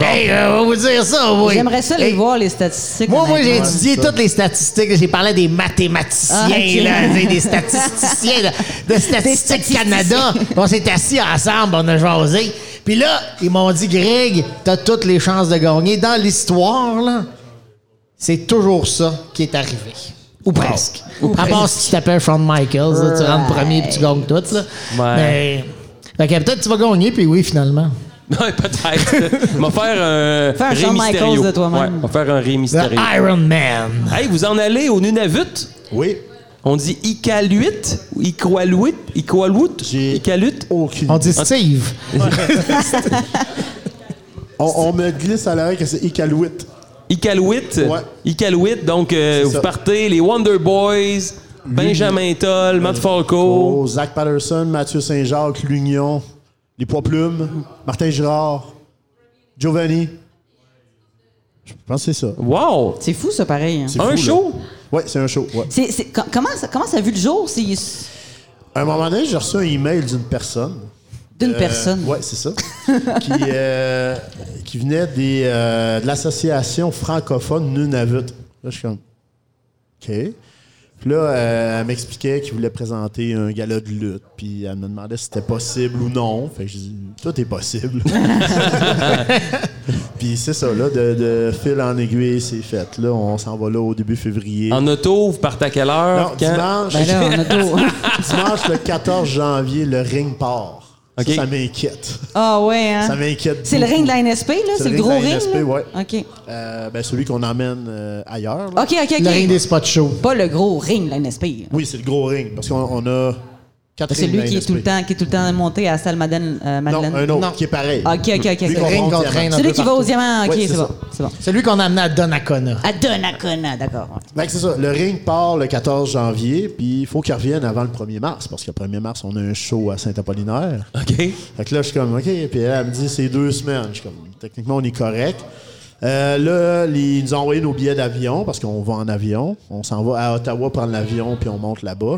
Speaker 4: Hey, euh, on va vous dire ça, oui.
Speaker 5: J'aimerais ça les
Speaker 4: Hey,
Speaker 5: voir, les statistiques.
Speaker 4: Moi, moi, j'ai
Speaker 5: honnêtement.
Speaker 4: étudié toutes les statistiques. J'ai parlé des mathématiciens,
Speaker 5: Ah, ok.
Speaker 4: là, des, des statisticiens, là, de Statistique
Speaker 5: statisticiens.
Speaker 4: Canada. On s'est assis ensemble, on a jasé. Puis là, ils m'ont dit, Greg, t'as toutes les chances de gagner. Dans l'histoire, là, c'est toujours ça qui est arrivé. Ou presque. à part si tu t'appelles Shawn Michaels, là, tu rentres premier puis tu gagnes tout. Là.
Speaker 2: Ouais.
Speaker 4: Mais, fait que peut-être tu vas gagner, puis oui, finalement.
Speaker 2: Ouais, peut-être. On va faire un
Speaker 5: Fais un
Speaker 2: Rey
Speaker 5: Shawn
Speaker 2: Mysterio.
Speaker 5: Michaels de toi-même.
Speaker 2: Ouais, on va faire un Ré
Speaker 4: The
Speaker 2: Mysterio.
Speaker 1: Ah.
Speaker 4: Iron Man.
Speaker 2: Hey, vous en allez au Nunavut?
Speaker 1: oui,
Speaker 2: On dit Iqaluit ou Iqaluit? Iqaluit?
Speaker 1: J'ai-
Speaker 2: Iqaluit?
Speaker 1: aucune.
Speaker 4: On dit Steve.
Speaker 1: On, on me glisse à l'oreille que c'est Iqaluit.
Speaker 2: Iqaluit.
Speaker 1: Ouais.
Speaker 2: Iqaluit, donc euh,
Speaker 1: C'est
Speaker 2: vous
Speaker 1: ça.
Speaker 2: partez, les Wonder Boys, Benjamin Toll, Matt Falco.
Speaker 1: Oh, Zach Patterson, Mathieu Saint-Jacques, L'Union, Les Poids Plumes, Martin Girard, Giovanni. Je pense que c'est ça.
Speaker 2: Wow!
Speaker 5: C'est fou, ça, pareil. hein.
Speaker 1: C'est
Speaker 2: Un
Speaker 1: fou, là.
Speaker 2: show?
Speaker 1: Ouais, c'est un show. ouais.
Speaker 5: C'est- c'est- co- comment, ça, comment ça a vu le jour? C'est
Speaker 1: À un moment donné, j'ai reçu un email d'une personne.
Speaker 5: d'une
Speaker 1: Euh,
Speaker 5: personne.
Speaker 1: Ouais, c'est ça. qui, euh, qui venait des, euh, de l'association francophone Nunavut. Là, je suis comme. OK. Puis là, euh, elle m'expliquait qu'il voulait présenter un gala de lutte. Puis elle me demandait si c'était possible ou non. Fait que je dis, tout est possible. Puis c'est ça, là, de, de fil en aiguille, c'est fait. Là, on s'en va là au début février.
Speaker 2: En auto, vous partez à quelle heure?
Speaker 1: non,
Speaker 2: Quand?
Speaker 1: dimanche,
Speaker 5: Ben là, on a tout.
Speaker 1: dimanche, le 14 janvier, le ring part. Ça,
Speaker 2: OK.
Speaker 1: ça m'inquiète.
Speaker 5: Ah, ouais, hein?
Speaker 1: Ça m'inquiète.
Speaker 5: C'est le
Speaker 1: beaucoup.
Speaker 5: ring de la NSP, là? C'est le,
Speaker 1: ring
Speaker 5: gros
Speaker 1: de la
Speaker 5: ring?
Speaker 1: NSP,
Speaker 5: là?
Speaker 1: ouais.
Speaker 5: OK.
Speaker 1: Euh, ben, celui qu'on emmène euh, ailleurs. là.
Speaker 5: OK, OK, OK.
Speaker 4: Le ring des spots shows.
Speaker 5: Pas le gros ring, de la NSP. là.
Speaker 1: Oui, c'est le gros ring. Parce qu'on on a quatre
Speaker 5: Ben, C'est
Speaker 1: rings
Speaker 5: lui
Speaker 1: dans
Speaker 5: qui est,
Speaker 1: NSP.
Speaker 5: tout le temps, qui est tout le temps monté à la salle Madeleine. euh,
Speaker 1: Non,
Speaker 5: Madeleine.
Speaker 1: un autre
Speaker 4: Non.
Speaker 1: qui est pareil.
Speaker 5: Ah, OK, OK, OK.
Speaker 1: Lui
Speaker 5: ok.
Speaker 1: qu'on
Speaker 4: Ring
Speaker 1: rentre
Speaker 4: qu'on
Speaker 1: diamant.
Speaker 4: traîne un
Speaker 5: Celui
Speaker 4: peu
Speaker 5: qui va
Speaker 4: partout.
Speaker 5: au diamant, OK,
Speaker 1: Ouais, c'est
Speaker 5: c'est
Speaker 1: ça.
Speaker 5: bon. C'est bon.
Speaker 4: Celui qu'on a amené à Donnacona.
Speaker 5: À Donnacona, d'accord. ouais.
Speaker 1: Fait que Ben, c'est ça. Le ring part le 14 janvier, puis il faut qu'il revienne avant le 1er mars. Parce que le 1er mars, on a un show à Saint-Apollinaire.
Speaker 2: OK.
Speaker 1: Fait que là, je suis comme, OK. Puis elle, elle me dit, c'est deux semaines. Je suis comme, techniquement, on est correct. Euh, là, les- ils nous ont envoyé nos billets d'avion parce qu'on va en avion. On s'en va à Ottawa prendre l'avion, puis on monte là-bas.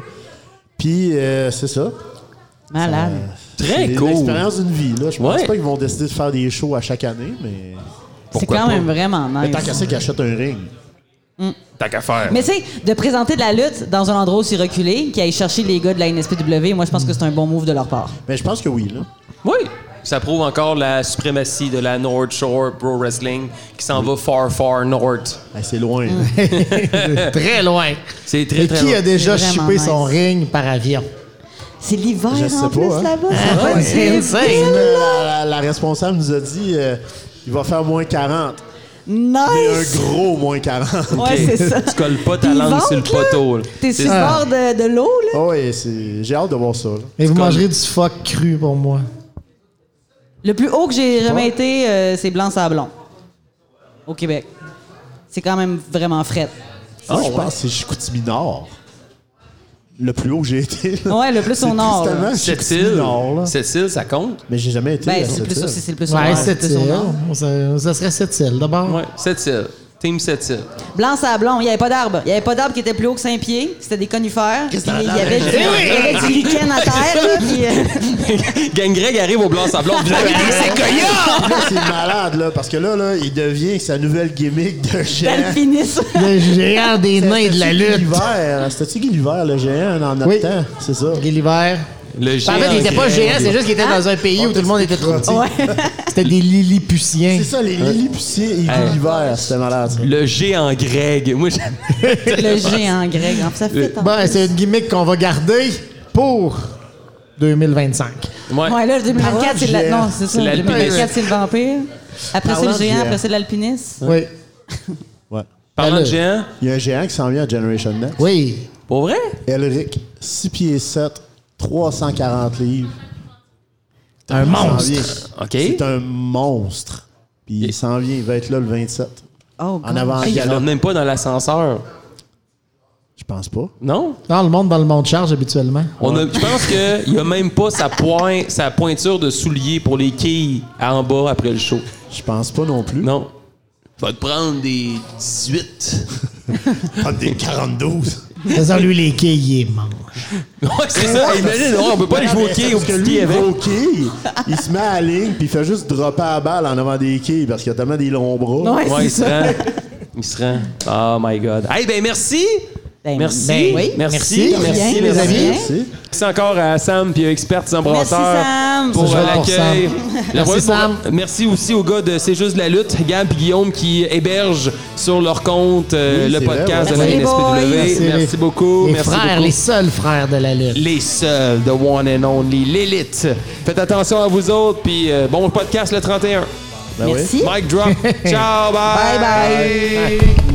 Speaker 1: Puis, euh, c'est ça.
Speaker 5: Malade.
Speaker 2: Très
Speaker 1: C'est
Speaker 2: cool.
Speaker 1: L'expérience d'une vie. Là. Je pense
Speaker 2: Ouais.
Speaker 1: pas qu'ils vont décider de faire des shows à chaque année, mais.
Speaker 5: C'est
Speaker 2: pourquoi
Speaker 5: quand
Speaker 2: pas?
Speaker 5: même vraiment nice.
Speaker 1: Mais tant qu'à ça qu'ils achètent un ring.
Speaker 2: T'as qu'à faire.
Speaker 5: Mais tu sais, de présenter de la lutte dans un endroit aussi reculé, qui aille chercher les gars de la NSPW, moi je pense que c'est un bon move de leur part.
Speaker 1: Mais je pense que oui. Là.
Speaker 2: Oui. Ça prouve encore la suprématie de la North Shore Pro Wrestling qui s'en va far, far north.
Speaker 1: Ben, c'est loin. là.
Speaker 4: Très loin.
Speaker 2: C'est très,
Speaker 4: Et
Speaker 2: très
Speaker 4: qui
Speaker 2: loin.
Speaker 4: a déjà
Speaker 5: C'est vraiment
Speaker 4: chippé son
Speaker 5: nice.
Speaker 4: ring par avion?
Speaker 5: C'est l'hiver
Speaker 1: Je sais
Speaker 5: en
Speaker 1: pas,
Speaker 5: plus
Speaker 1: hein.
Speaker 5: là-bas.
Speaker 4: Ah,
Speaker 5: c'est
Speaker 4: c'est insane.
Speaker 1: Mais la, la- la responsable nous a dit euh, il va faire moins 40. Mais un
Speaker 5: Nice!
Speaker 1: gros moins 40.
Speaker 5: Ouais,
Speaker 2: Ok.
Speaker 5: c'est ça.
Speaker 2: Tu colles pas ta
Speaker 5: Ils
Speaker 2: langue sur le
Speaker 5: vendent, là.
Speaker 2: poteau. là.
Speaker 5: T'es
Speaker 2: C'est
Speaker 5: sur le
Speaker 2: ça.
Speaker 5: bord de, de l'eau, là?
Speaker 1: Ah ouais, c'est- j'ai hâte de voir ça. là.
Speaker 4: Et vous
Speaker 2: comme-
Speaker 4: mangerez du phoque cru pour moi.
Speaker 5: Le plus haut que j'ai jamais été, euh, c'est Blanc Sablon. Au Québec. C'est quand même vraiment fret.
Speaker 1: Ah, je pense que c'est Chicoutimi Nord. Le plus haut que j'ai été. là.
Speaker 5: Ouais, le plus au
Speaker 1: C'est
Speaker 5: nord,
Speaker 1: tristement
Speaker 5: là.
Speaker 2: Cette
Speaker 1: Chicoutimi
Speaker 2: île,
Speaker 1: Nord. là.
Speaker 2: cette île, ça compte?
Speaker 1: Mais j'ai jamais été.
Speaker 5: Ben,
Speaker 1: à
Speaker 5: c'est le
Speaker 1: cette
Speaker 5: plus au-
Speaker 1: île.
Speaker 5: c'est c'est le plus au
Speaker 4: Ouais,
Speaker 5: nord, c'est le
Speaker 4: cette
Speaker 5: plus au
Speaker 4: île.
Speaker 5: nord.
Speaker 4: Ça, ça serait cette île, d'abord.
Speaker 2: Ouais, cette île. Team cette île.
Speaker 5: Blanc Sablon, il n'y avait pas d'arbre. Il n'y avait pas d'arbre qui était plus haut que 5 pieds. C'était des conifères. Puis Il y avait du, il y avait du lichen à terre. là, puis, euh,
Speaker 2: Gang Greg arrive au blanc sablon. Vous avez des séquoias!
Speaker 1: Puis là, c'est malade, là, parce que là, là, il devient sa nouvelle gimmick de
Speaker 5: dans le
Speaker 1: géant.
Speaker 5: finis.
Speaker 4: Le géant des nains de la
Speaker 1: C'était-tu Guy
Speaker 4: lutte.
Speaker 1: Levert? C'était-tu Guy Levert, le géant, dans notre
Speaker 4: Oui.
Speaker 1: temps? C'est ça.
Speaker 4: Guy Libert.
Speaker 2: Le
Speaker 4: En fait,
Speaker 2: géant
Speaker 4: il était pas
Speaker 2: grec.
Speaker 4: géant, c'est juste qu'il
Speaker 5: Ah.
Speaker 4: était dans un pays où tout le monde était trop petit. C'était des Lilliputiens.
Speaker 1: C'est ça, les Lilliputiens, ils vivent l'hiver. C'était malade, ça.
Speaker 2: Le géant grec. Moi, j'aime.
Speaker 5: Le géant grec. En fait, ça fait tant.
Speaker 4: Bon, c'est une gimmick qu'on va garder pour 2025.
Speaker 2: Ouais.
Speaker 5: Ouais, là, le 2024, c'est la... non, c'est ça.
Speaker 2: C'est l'alpiniste.
Speaker 5: 2024, c'est le vampire. Après, c'est le
Speaker 1: Parlant de
Speaker 5: géant.
Speaker 1: géant.
Speaker 5: Après, c'est l'alpiniste.
Speaker 4: Oui.
Speaker 1: Ouais.
Speaker 2: Parlant de
Speaker 4: le-
Speaker 2: géant,
Speaker 1: Il y a un géant qui s'en vient à Generation Next.
Speaker 4: Oui.
Speaker 2: pour vrai?
Speaker 1: Elric, 6 pieds 7, 340 livres.
Speaker 4: Un
Speaker 1: Il s'en
Speaker 4: monstre.
Speaker 1: vient.
Speaker 2: OK.
Speaker 1: C'est un monstre. Puis il s'en vient, il va être là le 27.
Speaker 5: Oh,
Speaker 1: En
Speaker 5: God.
Speaker 1: avant en
Speaker 2: Hey, Il
Speaker 1: galop.
Speaker 2: rentre même pas dans l'ascenseur.
Speaker 1: Je pense pas.
Speaker 2: Non?
Speaker 4: Non, le monde dans le monde charge habituellement.
Speaker 2: On a, je pense qu'il a même pas sa, point, sa pointure de soulier pour les quilles à en bas après le show.
Speaker 1: Je pense pas non plus.
Speaker 2: Non. Va te prendre des 18.
Speaker 1: Ah, des 42.
Speaker 4: Faisant lui les quilles, il est mange.
Speaker 2: ouais, c'est ça. Imagine, on peut pas les jouer aux quilles au
Speaker 1: Parce que
Speaker 2: petit
Speaker 1: lui,
Speaker 2: quilles
Speaker 1: il va
Speaker 2: avec.
Speaker 1: aux quilles, il se met à la ligne, puis il fait juste dropper la balle en avant des quilles parce qu'il a tellement des longs bras.
Speaker 5: Ouais,
Speaker 2: Ouais,
Speaker 5: c'est
Speaker 2: il se
Speaker 5: ça.
Speaker 2: rend. Il se rend. Oh my God. Hey, ben merci.
Speaker 5: Ben,
Speaker 2: merci.
Speaker 5: ben oui.
Speaker 2: merci.
Speaker 4: Merci.
Speaker 2: Merci,
Speaker 5: Bien,
Speaker 2: les
Speaker 5: les
Speaker 2: amis.
Speaker 5: amis.
Speaker 1: Merci.
Speaker 2: Merci encore à Sam et Experts sans brasseurs
Speaker 5: Merci, Sam.
Speaker 2: pour
Speaker 4: C'est
Speaker 2: euh,
Speaker 4: gentil pour
Speaker 2: l'accueil.
Speaker 4: Sam.
Speaker 2: Le
Speaker 4: Merci,
Speaker 2: rôle pour-
Speaker 4: Sam.
Speaker 2: Merci aussi aux gars de C'est juste de la lutte, Gab et Guillaume qui hébergent sur leur compte euh,
Speaker 1: Oui,
Speaker 2: le
Speaker 1: c'est vrai,
Speaker 2: podcast de
Speaker 5: ouais.
Speaker 2: la
Speaker 5: Merci,
Speaker 2: NSPW.
Speaker 5: les boys.
Speaker 2: Merci,
Speaker 4: C'est les-
Speaker 2: beaucoup.
Speaker 4: Les
Speaker 2: merci
Speaker 4: frères,
Speaker 2: beaucoup.
Speaker 4: les seuls frères de la lutte.
Speaker 2: Les seuls, the one and only, l'élite. Faites attention à vous autres, puis euh, bon podcast le 31.
Speaker 5: Bah
Speaker 1: Ben oui.
Speaker 5: Merci.
Speaker 2: Mic drop. Ciao,
Speaker 5: Bye, bye.
Speaker 2: bye.